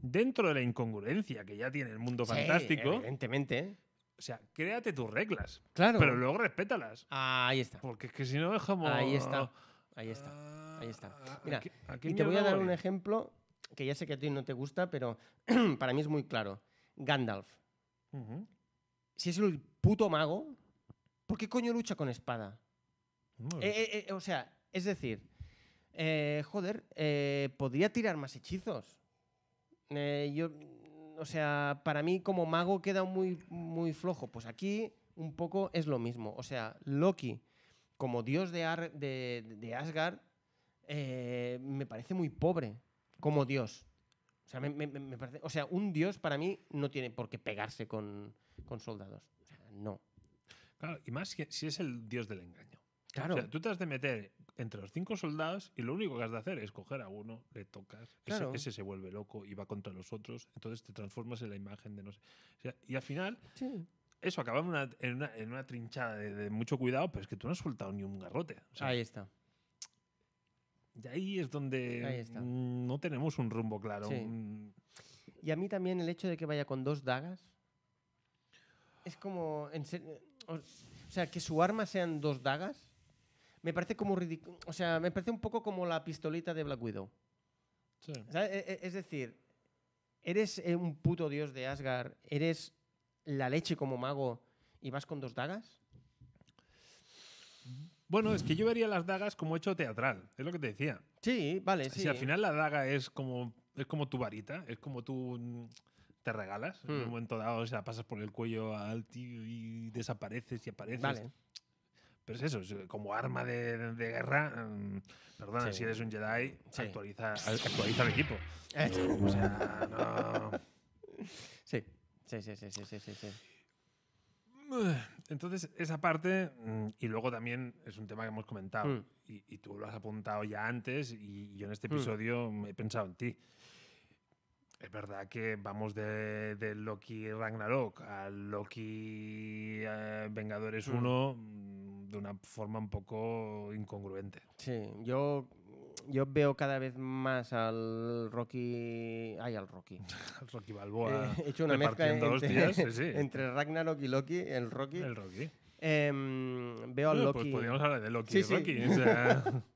Dentro de la incongruencia que ya tiene el mundo Sí, fantástico, Evidentemente, ¿eh? o sea, créate tus reglas, Claro. pero luego respétalas. Ahí está. Porque es que si no es como. Ahí está. Ahí está. ahí está. Ah, Mira, qué- qué Y te voy a mierda dar voy? un ejemplo que ya sé que a ti no te gusta, pero <clears throat> para mí es muy claro. Gandalf. Ujú. Si es el puto mago, ¿por qué coño lucha con espada? Muy Eh, bien. eh, eh, o sea, es decir, eh, joder, eh, podría tirar más hechizos. Eh, yo, o sea, para mí como mago queda muy, muy flojo. Pues aquí un poco es lo mismo. O sea, Loki, como dios de, Ar- de, de Asgard, eh, me parece muy pobre como dios. O sea, me- me- me- me parece- o sea, un dios para mí no tiene por qué pegarse con, con soldados. O sea, no. Claro, y más que- si es el dios del engaño. Claro. O sea, tú te has de meter entre los cinco soldados y lo único que has de hacer es coger a uno, le tocas, ese- Claro. ese, se vuelve loco y va contra los otros, entonces te transformas en la imagen de no sé. o sea, y al final, Sí. eso acaba en una, en una- en una trinchada de, de mucho cuidado, pero es que tú no has soltado ni un garrote. O sea, Ahí está. y ahí es donde Ahí está. mm, no tenemos un rumbo claro. Sí. un- Y a mí también el hecho de que vaya con dos dagas es como. en ser- o, o sea, que su arma sean dos dagas me parece como ridículo. O sea, me parece un poco como la pistolita de Black Widow. sí. ¿Sabes? E- e- Es decir, eres eh, un puto dios de Asgard, eres la leche como mago y vas con dos dagas. Bueno, es que yo vería las dagas como hecho teatral, es lo que te decía. Sí, vale, Eh, sí. Si al final la daga es como, es como tu varita, es como tú mm, te regalas, en Hmm. un momento dado se la pasas por el cuello al tío y desapareces y apareces. Vale. Pero es eso, es como arma de, de guerra, mm, perdona, Sí. si eres un Jedi, Sí. actualiza, actualiza el <laughs> equipo. O sea, no... Sí. Sí, sí, sí, sí, sí, sí, sí. Entonces, esa parte, mm, y luego también es un tema que hemos comentado, Mm. y, y tú lo has apuntado ya antes, y yo en este Mm. episodio me he pensado en ti. Es verdad que vamos de, de Loki Ragnarok a Loki eh, Vengadores Mm. 1 mm, de una forma un poco incongruente. <laughs> Sí, yo, yo veo cada vez más al Rocky. Ay, al Rocky. Rocky Balboa Eh, <laughs> He hecho una mezcla repartiendo entre, hostias, sí, sí. <laughs> entre Ragnarok y Loki, el Rocky. el Rocky. Em, veo al Bueno, Loki. Pues podríamos hablar de Loki Sí, y sí. Rocky. o sea, <laughs>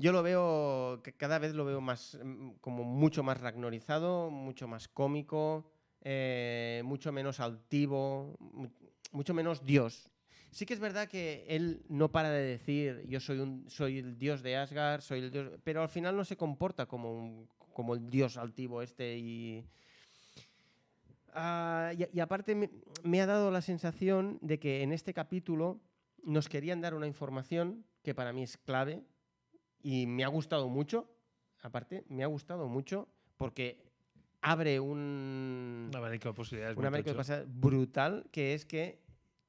Yo lo veo, ca- cada vez lo veo más, mm, como mucho más ragnorizado, mucho más cómico, eh, mucho menos altivo, mu- mucho menos Dios. Sí que es verdad que él no para de decir yo soy un soy el dios de Asgard, soy el dios, pero al final no se comporta como un- como el dios altivo este y Ah, y, y aparte me, me ha dado la sensación de que en este capítulo nos querían dar una información que para mí es clave y me ha gustado mucho. Aparte, me ha gustado mucho porque abre un Un abanico de posibilidades. un muy abanico de tocho. cosas brutal que es que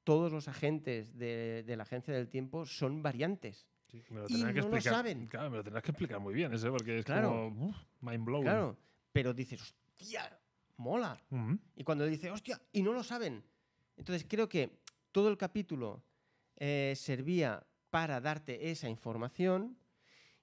todos los agentes de, de la agencia del tiempo son variantes. Sí, me lo y tendrán que no lo explicar. saben. Claro, me lo tendrás que explicar muy bien, eso, porque es Claro. como uf, mind blowing. Claro, pero dices, hostia, mola. Ujú. Y cuando dice, hostia, y no lo saben. Entonces creo que todo el capítulo eh, servía para darte esa información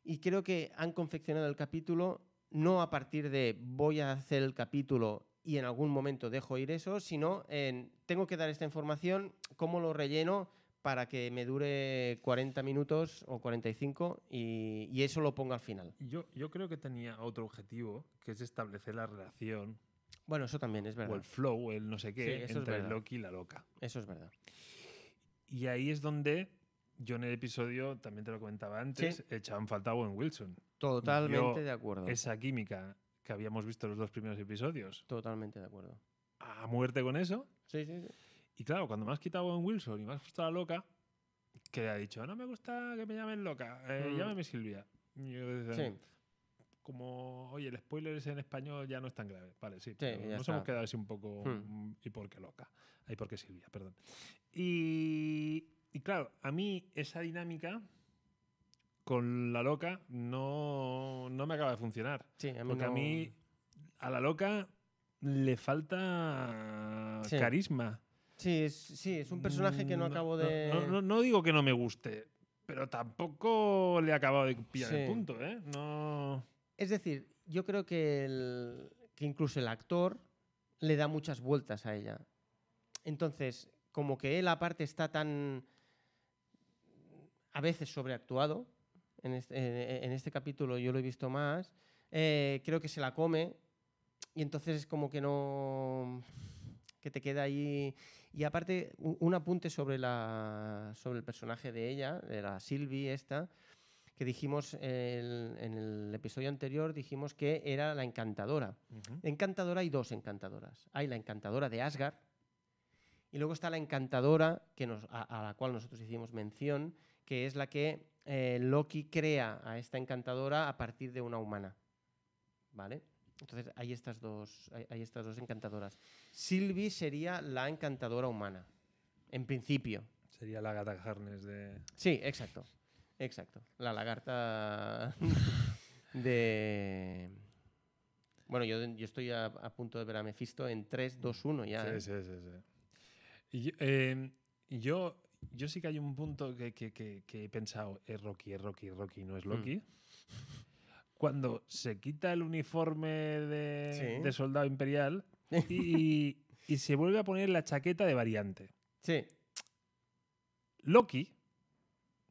y creo que han confeccionado el capítulo no a partir de voy a hacer el capítulo y en algún momento dejo ir eso, sino en tengo que dar esta información, cómo lo relleno para que me dure 40 minutos o 45 y, y eso lo pongo al final. Yo, yo creo que tenía otro objetivo, que es establecer la relación Bueno, eso también es o verdad. el flow, el no sé Sí, qué, eso es entre verdad. Loki y la loca. Eso es verdad. Y ahí es donde yo en el episodio, también te lo comentaba antes, Sí. echaban falta a Owen Wilson. Totalmente Yo- de acuerdo. Esa química que habíamos visto en los dos primeros episodios, Totalmente de acuerdo. a muerte con eso. Sí, sí, sí. Y claro, cuando me has quitado a Owen Wilson y me has gustado a loca, que ha dicho, no me gusta que me llamen loca, eh, Mm. llámame Silvia. Y yo decía, Sí, como, oye, el spoiler es en español ya no es tan grave. Vale, sí, ya pero nos está. hemos quedado así un poco. Hmm. mm, ¿Y por qué loca? Ay, por qué Silvia, perdón. Y, y claro, a mí esa dinámica con la loca no, no me acaba de funcionar. sí, a mí Porque a no- mí, a la loca le falta Sí. carisma. Sí es, sí, es un personaje que no Mm, acabo de. No, no- no digo que no me guste, pero tampoco le he acabado de pillar el Sí. punto, ¿eh? No. Es decir, yo creo que, el- que incluso el actor le da muchas vueltas a ella. Entonces, como que él aparte está tan a veces sobreactuado, en este, eh, en este capítulo yo lo he visto más, eh, creo que se la come y entonces es como que no... que te queda ahí... Y aparte, un, un apunte sobre, la, sobre el personaje de ella, de la Sylvie esta, que dijimos el- en el episodio anterior, dijimos que era la encantadora. Encantadora hay dos encantadoras. Hay la encantadora de Asgard y luego está la encantadora que nos, a, a la cual nosotros hicimos mención, que es la que eh, Loki crea a esta encantadora a partir de una humana. ¿Vale? Entonces hay estas dos, hay, hay estas dos encantadoras. Sylvie sería la encantadora humana, en principio. Sería la gata Harness de. Sí, exacto. Exacto. La lagarta <laughs> de. Bueno, yo, yo estoy a, a punto de ver a Mephisto en 3, 2, 1 ya. ¿eh? Sí, sí, sí, sí. Y yo, eh, yo, yo sí que hay un punto que, que- que- que he pensado, es Rocky, es Rocky, Rocky, no es Mm. Loki. Cuando se quita el uniforme de, Sí. de soldado imperial y, y se vuelve a poner la chaqueta de variante. Sí, Loki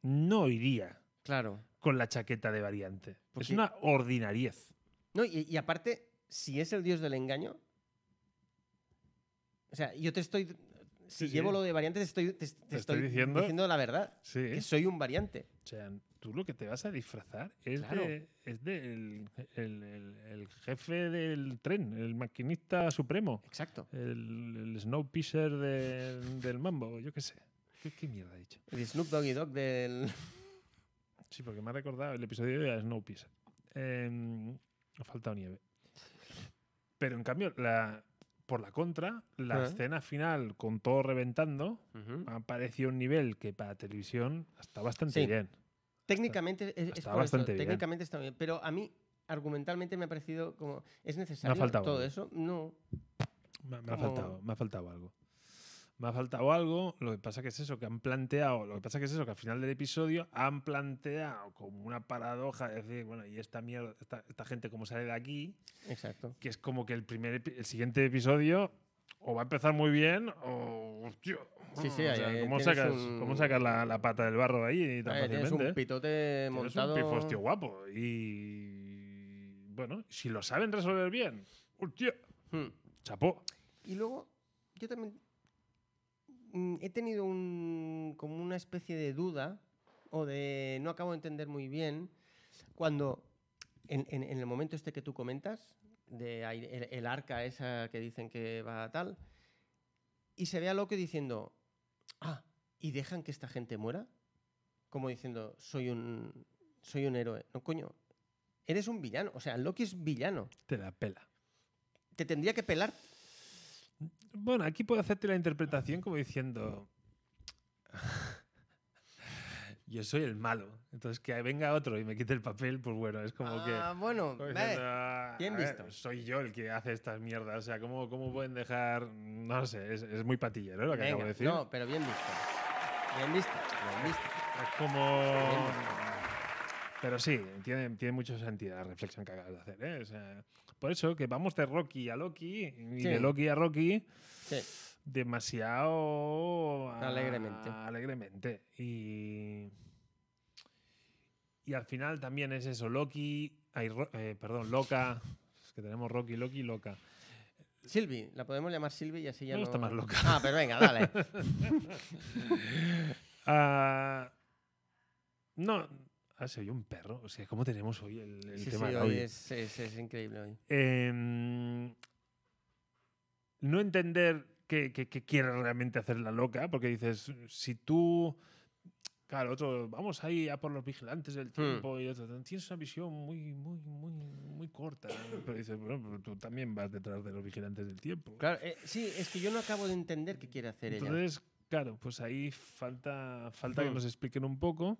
no iría claro. con la chaqueta de variante. Es Porque- una ordinariez. No, y, y aparte, si es el dios del engaño. O sea, yo te estoy. Si Sí, sí. llevo lo de variante, te estoy, te, te Te estoy estoy diciendo- la verdad. Sí. Que soy un variante. O sea, tú lo que te vas a disfrazar es Claro. de, es del el, el- el jefe del tren, el maquinista supremo, Exacto. el, el snowpiercer del, del mambo, yo qué sé. ¿Qué, qué mierda he dicho? El Snoop Doggy Dog del. Sí, porque me ha recordado el episodio de Snowpiercer. Em, ha faltado nieve. Pero en cambio, la, por la contra, la Ah. escena final con todo reventando ha parecido un nivel que para televisión está bastante Sí. bien. Técnicamente es- es está por eso, bastante bien. Técnicamente está bien. Pero a mí, argumentalmente, me ha parecido como. ¿Es necesario faltado todo algo. eso? No. Me, me ha Como- faltado, me ha faltado algo. Me ha faltado algo. Lo que pasa que es eso, que han planteado. Lo que pasa que es eso, que al final del episodio han planteado como una paradoja de decir, bueno, y esta mierda, esta, esta gente cómo sale de aquí, Exacto. que es como que el primer epi- el siguiente episodio o va a empezar muy bien o. hostia, Sí, sí, o ahí- sea, ahí ¿Cómo tienes sacas, un- cómo sacas la, la pata del barro de ahí tan Eh, tienes un fácilmente? pitote Tienes montado. un pifo, hostia, guapo. Y. Bueno, si lo saben resolver bien, hostia, Hmm. chapó. Y luego, yo también. mm, he tenido un, como una especie de duda o de no acabo de entender muy bien cuando en, en- en el momento este que tú comentas, de ahí el, el arca esa que dicen que va a tal, y se ve a Loki diciendo, ah, ¿y dejan que esta gente muera? Como diciendo, soy un, soy un héroe. No, coño, eres un villano. O sea, Loki es villano. Te la pela. Te tendría que pelar Bueno, aquí puedo hacerte la interpretación como diciendo. <laughs> Yo soy el malo. Entonces, que venga otro y me quite el papel, pues bueno, es como que. Ah, bueno, como ve, diciendo, "Ah, bien a ver, visto". Soy yo el que hace estas mierdas. O sea, ¿cómo, cómo pueden dejar.? No lo sé, es, es muy patillero ¿eh? lo que acabo venga, de decir. No, pero bien visto. Bien visto, bien visto. Es como. Pero sí, tiene, tiene mucho sentido la reflexión que acabas de hacer. ¿eh? O sea, por eso que vamos de Rocky a Loki y Sí. de Loki a Rocky Sí. demasiado. a- Alegremente. Alegremente. Y. Y al final también es eso, Loki. ay, Ro- eh, perdón, Loca. Es que tenemos Rocky, Loki, Loca. Silvi, la podemos llamar Silvi y así ya Me no... gusta más loca. Ah, pero venga, dale. Ah, no. Ah, se oye un perro. O sea, ¿cómo tenemos hoy el, <laughs> el Sí, tema sí, de hoy hoy? Es, es- es increíble hoy. Em, no entender que, que- que quiere realmente hacer la loca, porque dices, si tú. Claro, otro, vamos ahí a por los vigilantes del tiempo y otro, tienes una visión muy, muy, muy, muy corta. Pero dices, bueno, pero tú también vas detrás de los vigilantes del tiempo. Claro, eh, sí, es que yo no acabo de entender qué quiere hacer ella. Entonces, claro, pues ahí falta, falta que Hmm. nos expliquen un poco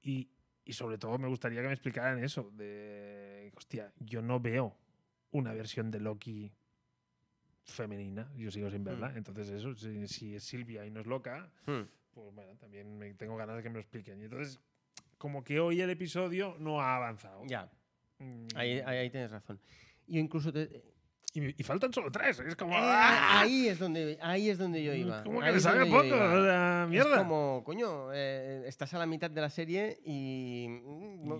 y, y sobre todo me gustaría que me explicaran eso de, hostia, yo no veo una versión de Loki femenina, yo sigo sin verla, Hmm. entonces eso, si, si es Silvia y no es loca, Hmm. pues bueno, también me, tengo ganas de que me lo expliquen. Y entonces, como que hoy el episodio no ha avanzado. Ya, Mm, ahí, ahí, ahí tienes razón. Y incluso... te- Y, y faltan solo tres, es como... Eh, ¡ah! ahí, es donde, ahí es donde yo iba. Como que ahí le es sabe donde yo poco, iba. o sea, mierda. Es como, coño, eh, estás a la mitad de la serie y...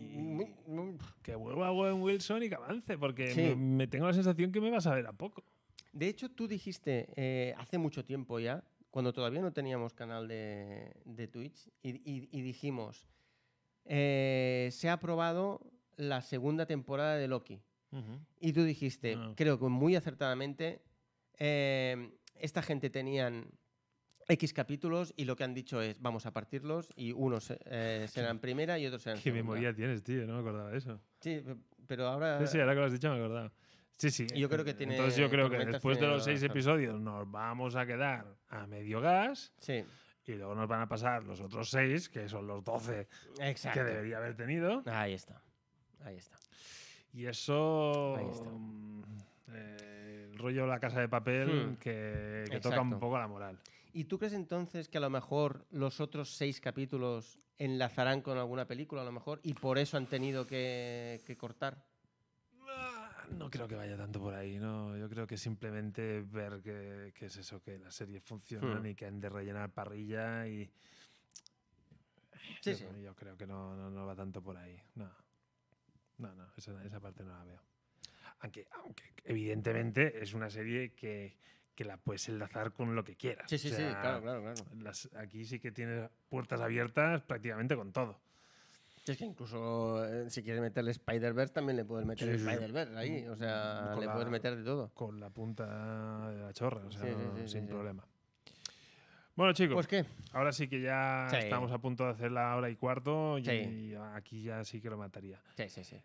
Y- Que vuelva Owen Wilson y que avance, porque Sí. me, me tengo la sensación que me vas a ver a poco. De hecho, tú dijiste eh, hace mucho tiempo ya, cuando todavía no teníamos canal de, de Twitch, y, y- y dijimos, eh, se ha aprobado la segunda temporada de Loki. Y tú dijiste, Ah. creo que muy acertadamente, eh, esta gente tenían X capítulos y lo que han dicho es, vamos a partirlos y unos eh, serán primera y otros serán Qué segunda. memoria tienes, tío, no me acordaba de eso. Sí, pe- pero ahora... Sí, sí, ahora que lo has dicho me acordaba. Sí, sí. Ah. Yo creo que tiene- Entonces yo creo que Tormentas después de tiene los seis razón. episodios nos vamos a quedar a medio gas Sí, y luego nos van a pasar los otros seis, que son los doce que exacto. debería haber tenido. Ahí está, ahí está. Y eso. Ahí está. mm, eh, el rollo de la casa de papel Hmm. que, que toca un Exacto. poco la moral. ¿Y tú crees entonces que a lo mejor los otros seis capítulos enlazarán con alguna película, a lo mejor, y por eso han tenido que, que cortar? Ah, No creo que vaya tanto por ahí, no. Yo creo que simplemente ver que, que es eso, que las series funcionan Hmm. y que han de rellenar parrilla y. Sí, yo, sí. yo creo que no, no, no va tanto por ahí. No. No, no, esa, esa parte no la veo. Aunque, aunque evidentemente es una serie que, que la puedes enlazar con lo que quieras. Sí, sí, O sí, sea, claro, claro, claro. las- aquí sí que tienes puertas abiertas prácticamente con todo. Es que incluso eh, si quieres meterle Spider-Verse, también le puedes meter Sí, el sí, sí. Spider-Verse ahí. O sea, Con le la- puedes meter de todo. Con la punta de la chorra, o sea, Sí, sí, no- sí, sí, sin sí. problema. Bueno, chicos. Pues qué, Ahora sí que ya Sí. estamos a punto de hacer la hora y cuarto y, Sí. y aquí ya sí que lo mataría. sí, sí, sí.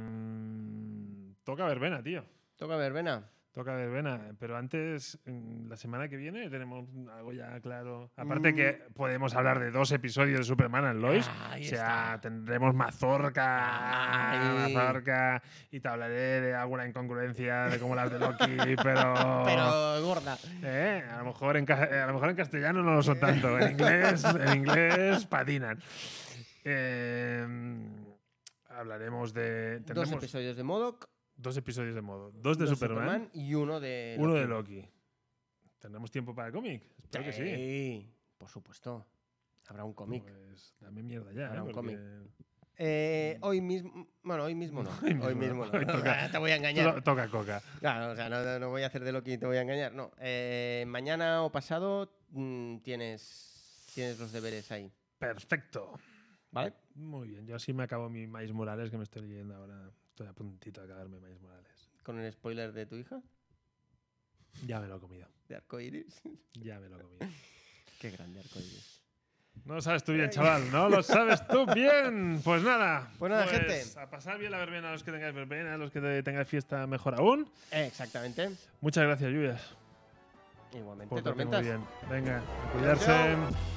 Eh, toca verbena, tío. Toca verbena. Toca verbena. Pero antes, mm, la semana que viene, tenemos algo ya claro. Aparte que podemos hablar de dos episodios de Superman and Lois. Ah, Ahí Ah, o sea, tendremos mazorca, Ahí. mazorca, y te hablaré de alguna incongruencia, de cómo las de <laughs> Loki, pero... Pero gorda. Eh, A, lo mejor en, ca- eh, a lo mejor en castellano no lo son tanto, en inglés, en inglés patinan. Eh, hablaremos de. Tenemos Dos episodios de Modoc, dos episodios de modo: dos de dos Superman, y uno de. uno de Loki. ¿Tendremos tiempo para el cómic? Espero que sí. Por supuesto. Habrá un Eh, cómic. Pues dame mierda ya. Habrá eh, un porque- Eh, hoy mismo. Bueno, hoy mismo no. <laughs> hoy mismo, mismo no. no. Hoy toca- te voy a To- engañar. Toca coca. Claro, o sea, no, no voy a hacer de Loki y te voy a engañar. No. Eh, mañana o pasado mm, mm, tienes, tienes los deberes ahí. Perfecto. ¿Vale? Muy bien, yo así me acabo mi Maíz Morales que me estoy leyendo ahora. Estoy a puntito de acabarme Maíz Morales. Con el spoiler de tu hija, Ya me lo he comido. de arcoiris. Ya me lo he comido. Qué grande arcoiris. No lo sabes tú bien, chaval. No lo sabes tú bien. Pues nada. Pues nada, gente. A pasar bien la verbena a los que tengáis verbena, a los que tengáis fiesta, mejor aún. Exactamente. Muchas gracias, Lluvias. Igualmente, Por tormentas. Muy bien. Venga, a cuidarse.